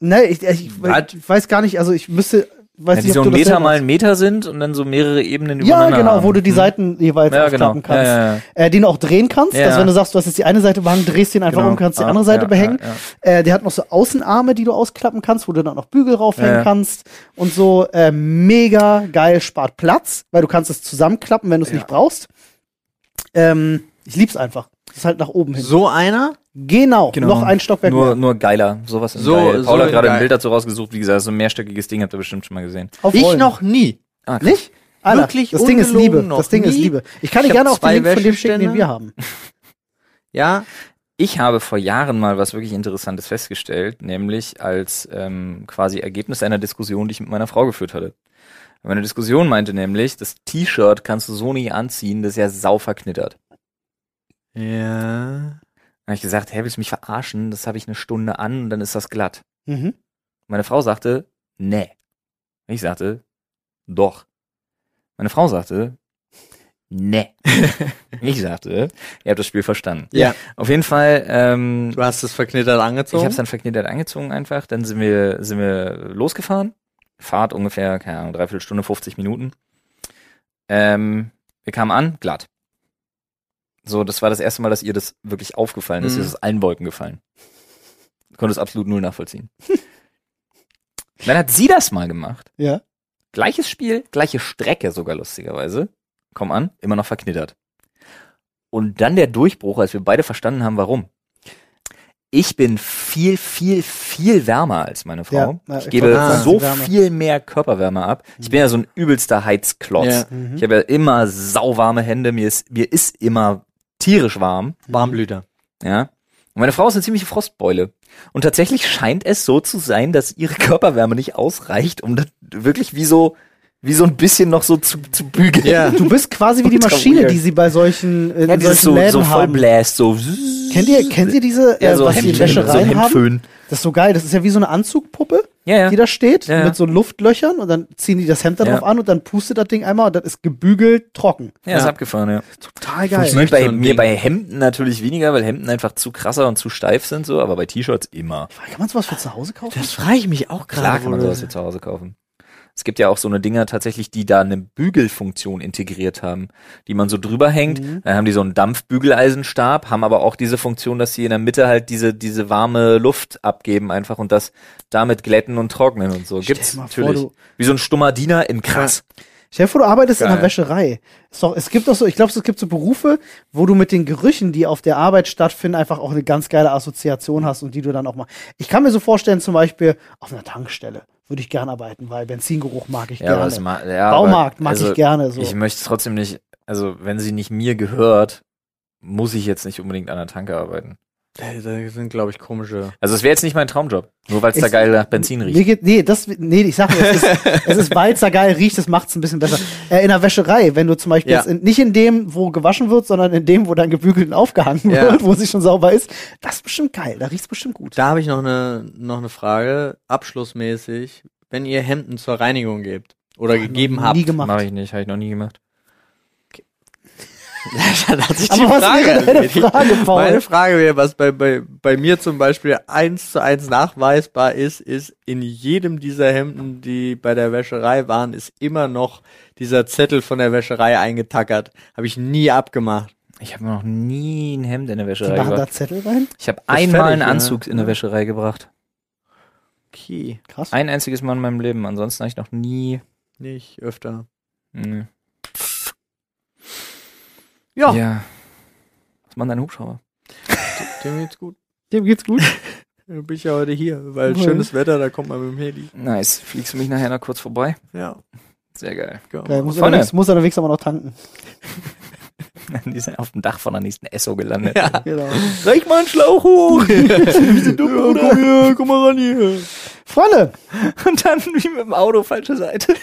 S2: Ne, ich, ich, ich,
S1: Was?
S2: weiß gar nicht, also ich müsste,
S1: Ja,
S2: weiß nicht,
S1: die so
S2: ob du
S1: ein
S2: das
S1: Meter
S2: selber-
S1: mal ein Meter sind und dann so mehrere Ebenen
S2: Ja,
S1: übereinander
S2: genau,
S1: haben.
S2: wo du die
S1: Hm.
S2: Seiten jeweils
S1: ja, genau.
S2: aufklappen kannst.
S1: Ja, ja, ja.
S2: Äh, den auch drehen kannst,
S1: Ja.
S2: also wenn du sagst, du hast jetzt die eine Seite behangen, drehst den einfach
S1: Genau.
S2: um, kannst die
S1: Ah,
S2: andere Seite
S1: ja,
S2: behängen.
S1: ja, ja.
S2: Äh, der hat noch so Außenarme, die du ausklappen kannst, wo du dann auch Bügel raufhängen
S1: Ja.
S2: kannst und so. Äh, mega geil, spart Platz, weil du kannst es zusammenklappen, wenn du es nicht brauchst. Ähm, ich lieb's einfach. Das ist halt nach oben hin.
S3: So einer?
S2: Genau,
S1: Genau.
S2: noch ein Stockwerk
S1: nur,
S2: mehr.
S1: nur geiler. Sowas in
S3: So-
S1: geil.
S3: so
S1: Paul hat
S3: in
S1: gerade ein
S3: geil.
S1: Bild dazu rausgesucht. Wie gesagt, so ein mehrstöckiges Ding habt ihr bestimmt schon mal gesehen.
S2: Auf
S3: Ich
S2: Rollen.
S3: noch nie.
S1: Ah, krass.
S2: Nicht? Alter,
S3: Wirklich
S2: das Ding ist
S3: ungelogen
S2: Liebe.
S3: noch
S2: Das Ding ist
S3: nie.
S2: Liebe. Ich kann dir
S3: Ich
S2: gerne
S3: hab
S2: auch den Link
S3: zwei
S2: von dem schicken, den
S3: Wäscheständer.
S2: wir haben.
S3: Ja,
S1: Ich habe vor Jahren mal was wirklich Interessantes festgestellt, nämlich als ähm, quasi Ergebnis einer Diskussion, die ich mit meiner Frau geführt hatte. Meine Diskussion meinte nämlich, das T-Shirt kannst du so nie anziehen, das ist ja sau verknittert.
S3: Ja.
S1: Dann habe ich gesagt, hä, willst du mich verarschen? Das habe ich eine Stunde an und dann ist das glatt.
S2: Mhm.
S1: Meine Frau sagte, nee. Ich sagte, doch. Meine Frau sagte, nee. ich sagte, ihr habt das Spiel verstanden.
S3: Ja.
S1: Auf jeden Fall ähm,
S3: Du hast es verknittert angezogen.
S1: Ich habe es dann verknittert angezogen einfach. Dann sind wir, sind wir losgefahren. Fahrt ungefähr, keine Ahnung, dreiviertel Stunde, 50 Minuten. Ähm, wir kamen an, glatt. So, das war das erste Mal, dass ihr das wirklich aufgefallen ist.
S3: Mhm.
S1: Ihr ist aus allen Wolken gefallen. Ich konnte es absolut null nachvollziehen. dann hat sie das mal gemacht.
S2: Ja.
S1: Gleiches Spiel, gleiche Strecke sogar lustigerweise. Komm an, immer noch verknittert. Und dann der Durchbruch, als wir beide verstanden haben, warum. Ich bin viel, viel, viel wärmer als meine Frau.
S2: Ja, Ah. ja,
S1: ich
S2: ich
S1: gebe
S2: wollte
S3: gerade sagen,
S1: so
S2: die Wärme.
S1: viel mehr Körperwärme ab. Ich bin ja so ein übelster Heizklotz.
S3: Ja.
S2: Mhm.
S1: Ich habe ja immer sauwarme Hände. Mir ist, mir ist immer tierisch warm.
S3: Warmblüter.
S1: Ja. Und meine Frau ist eine ziemliche Frostbeule. Und tatsächlich scheint es so zu sein, dass ihre Körperwärme nicht ausreicht, um das wirklich wie so, wie so ein bisschen noch so zu, zu bügeln.
S3: Ja.
S2: Du bist quasi wie die
S1: Ultra
S2: Maschine,
S1: weird.
S2: die sie bei solchen, äh,
S1: Ja,
S2: in
S1: dieses
S2: solchen
S1: so,
S2: Läden
S1: so voll
S2: haben.
S1: bläst, so.
S2: Kennt ihr, kennt ihr diese, äh,
S1: Ja, so
S2: was die
S1: Hemd-
S2: in Wäschereien
S1: so
S2: haben?
S1: Hemdföhn.
S2: Das ist so geil. Das ist ja wie so eine Anzugpuppe,
S1: Ja, ja.
S2: die da steht,
S1: Ja, ja.
S2: mit so Luftlöchern und dann ziehen die das Hemd da
S1: Ja.
S2: drauf an und dann pustet das Ding einmal und das ist gebügelt trocken.
S1: Ja, ist
S3: Ja.
S1: abgefahren, ja.
S2: Total
S1: Ich
S2: geil.
S3: Funktioniert.
S1: mein,
S3: echt
S1: bei,
S3: so ein
S1: mir
S3: Ding.
S1: bei Hemden natürlich weniger, weil Hemden einfach zu krasser und zu steif sind, so, aber bei T-Shirts immer.
S2: Kann man sowas für zu Hause kaufen?
S3: Das frage ich mich auch
S1: Klar
S3: gerade.
S1: kann man
S3: wo du-
S1: sowas hier zu Hause kaufen. Es gibt ja auch so eine Dinger tatsächlich, die da eine Bügelfunktion integriert haben, die man so drüber hängt.
S2: Mhm.
S1: Dann haben die so einen Dampfbügeleisenstab, haben aber auch diese Funktion, dass sie in der Mitte halt diese, diese warme Luft abgeben einfach und das damit glätten und trocknen und so. Gibt's
S2: mal vor,
S1: natürlich.
S2: du-
S1: Wie so ein stummer Diener in krass.
S2: Stell dir vor, du arbeitest in
S1: Geil.
S2: einer Wäscherei. Ist doch, es gibt doch so, ich glaube, es gibt so Berufe, wo du mit den Gerüchen, die auf der Arbeit stattfinden, einfach auch eine ganz geile Assoziation hast und die du dann auch mal. Ich kann mir so vorstellen, zum Beispiel auf einer Tankstelle würde ich gern arbeiten, weil Benzingeruch mag ich
S1: aber
S2: gerne.
S1: es ma- ja,
S2: Baumarkt
S1: aber-
S2: mag
S1: also,
S2: ich gerne. So.
S1: Ich möchte es trotzdem nicht, also wenn sie nicht mir gehört, muss ich jetzt nicht unbedingt an der Tanke arbeiten.
S3: Da da sind, glaube ich, komische.
S1: Also es wäre jetzt nicht mein Traumjob, nur weil es da
S2: Ich-
S1: geil nach Benzin riecht.
S2: Mir geht, nee, das, nee, ich sag nur, es ist, es ist weil es da geil riecht, das macht's ein bisschen besser. Äh, in der Wäscherei, wenn du zum Beispiel
S3: Ja.
S2: jetzt in, nicht in dem, wo gewaschen wird, sondern in dem, wo dann gebügelt und aufgehangen
S3: Ja.
S2: wird, wo sie schon sauber ist, das ist bestimmt geil, da riecht's bestimmt gut.
S3: Da habe ich noch eine, noch eine Frage. Abschlussmäßig. Wenn ihr Hemden zur Reinigung gebt oder gegeben habt.
S2: Nie gemacht.
S1: Mach ich nicht, habe ich noch nie gemacht.
S3: dann hat sich
S2: Aber was wäre deine
S3: erledigt.
S2: Frage, Paul?
S3: Meine Frage wäre, was bei, bei, bei mir zum Beispiel eins zu eins nachweisbar ist, ist in jedem dieser Hemden, die bei der Wäscherei waren, ist immer noch dieser Zettel von der Wäscherei eingetackert. Habe ich nie abgemacht.
S1: Ich habe noch nie ein Hemd in der
S2: Die
S1: Wäscherei
S2: machen da
S1: gebracht.
S2: Zettel rein?
S1: Ich habe einmal
S3: fertig,
S1: einen
S3: ja.
S1: Anzug in der
S3: Ja.
S1: Wäscherei gebracht.
S3: Okay,
S2: Krass.
S1: Ein einziges Mal in meinem Leben. Ansonsten habe ich noch nie.
S3: nicht öfter.
S1: Nee.
S3: Ja,
S1: Ja. Was machen deine Hubschrauber?
S3: dem geht's gut.
S2: Dem geht's gut.
S3: Dann bin ich ja heute hier, weil
S2: Cool.
S3: schönes Wetter, da kommt man mit dem Heli.
S1: Nice. Fliegst du mich nachher noch kurz vorbei?
S3: Ja,
S1: Sehr geil.
S3: kann
S2: Geil,
S3: man.
S2: muss,
S1: Freunde.
S2: unterwegs, muss unterwegs aber noch tanken.
S1: Die sind auf dem Dach von der nächsten Esso gelandet.
S2: Genau.
S1: Reich mal einen Schlauch hoch!
S3: Ja, komm hier, komm mal ran hier.
S2: Freunde,
S1: Und dann wie mit dem Auto, falsche Seite.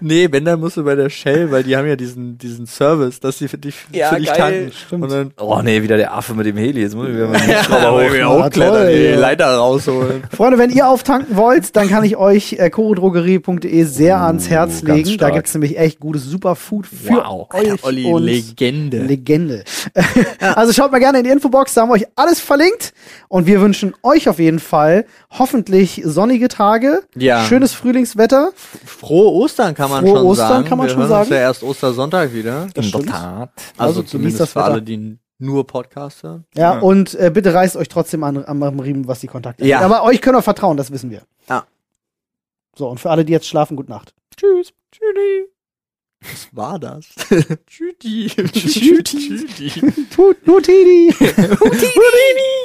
S3: nee, wenn, dann musst du bei der Shell, weil die haben ja diesen, diesen Service, dass sie für dich,
S6: Ja,
S3: für dich
S6: geil.
S3: tanken.
S2: Stimmt.
S3: Und dann
S6: Oh nee, wieder der Affe mit dem Heli. Jetzt muss ich wieder mal den
S3: ja,
S6: Hubschrauber hoch.
S2: Na,
S3: hochklettern,
S2: toll,
S3: die
S2: ja.
S3: Leiter rausholen.
S2: Freunde, wenn ihr auftanken wollt, dann kann ich euch äh, chorodrogerie.de sehr ans Herz
S6: Uh, ganz
S2: legen. Da
S6: stark.
S2: gibt's nämlich echt gutes Superfood für
S6: Wow.
S2: euch
S3: Olli,
S2: und
S3: Legende.
S2: Legende. also schaut mal gerne in die Infobox, da haben wir euch alles verlinkt und wir wünschen euch auf jeden Fall hoffentlich sonnige Tage,
S3: Ja.
S2: schönes Frühlingswetter.
S3: Frohe Ostern kann man
S2: Frohe
S3: schon
S2: Ostern
S3: sagen.
S2: kann man
S3: Wir
S2: schon
S3: hören Uns
S2: sagen.
S3: ja erst Ostersonntag wieder.
S6: In der
S2: stimmt.
S6: Tat.
S2: Also
S3: Also,
S2: genießt
S3: zumindest
S2: das
S3: für
S2: Wetter.
S3: alle, die nur Podcast hören.
S2: Ja, und äh, bitte reißt euch trotzdem an, am, am Riemen, was die Kontakte
S3: Ja.
S2: angeht. Aber euch können wir vertrauen, das wissen wir.
S3: Ja.
S2: So, und für alle, die jetzt schlafen, gute Nacht.
S3: Tschüss. Tschüdi. Was war das? Tschüdi.
S2: Tschüdi. Tut, Tut, Tidi.
S3: Tschüdi.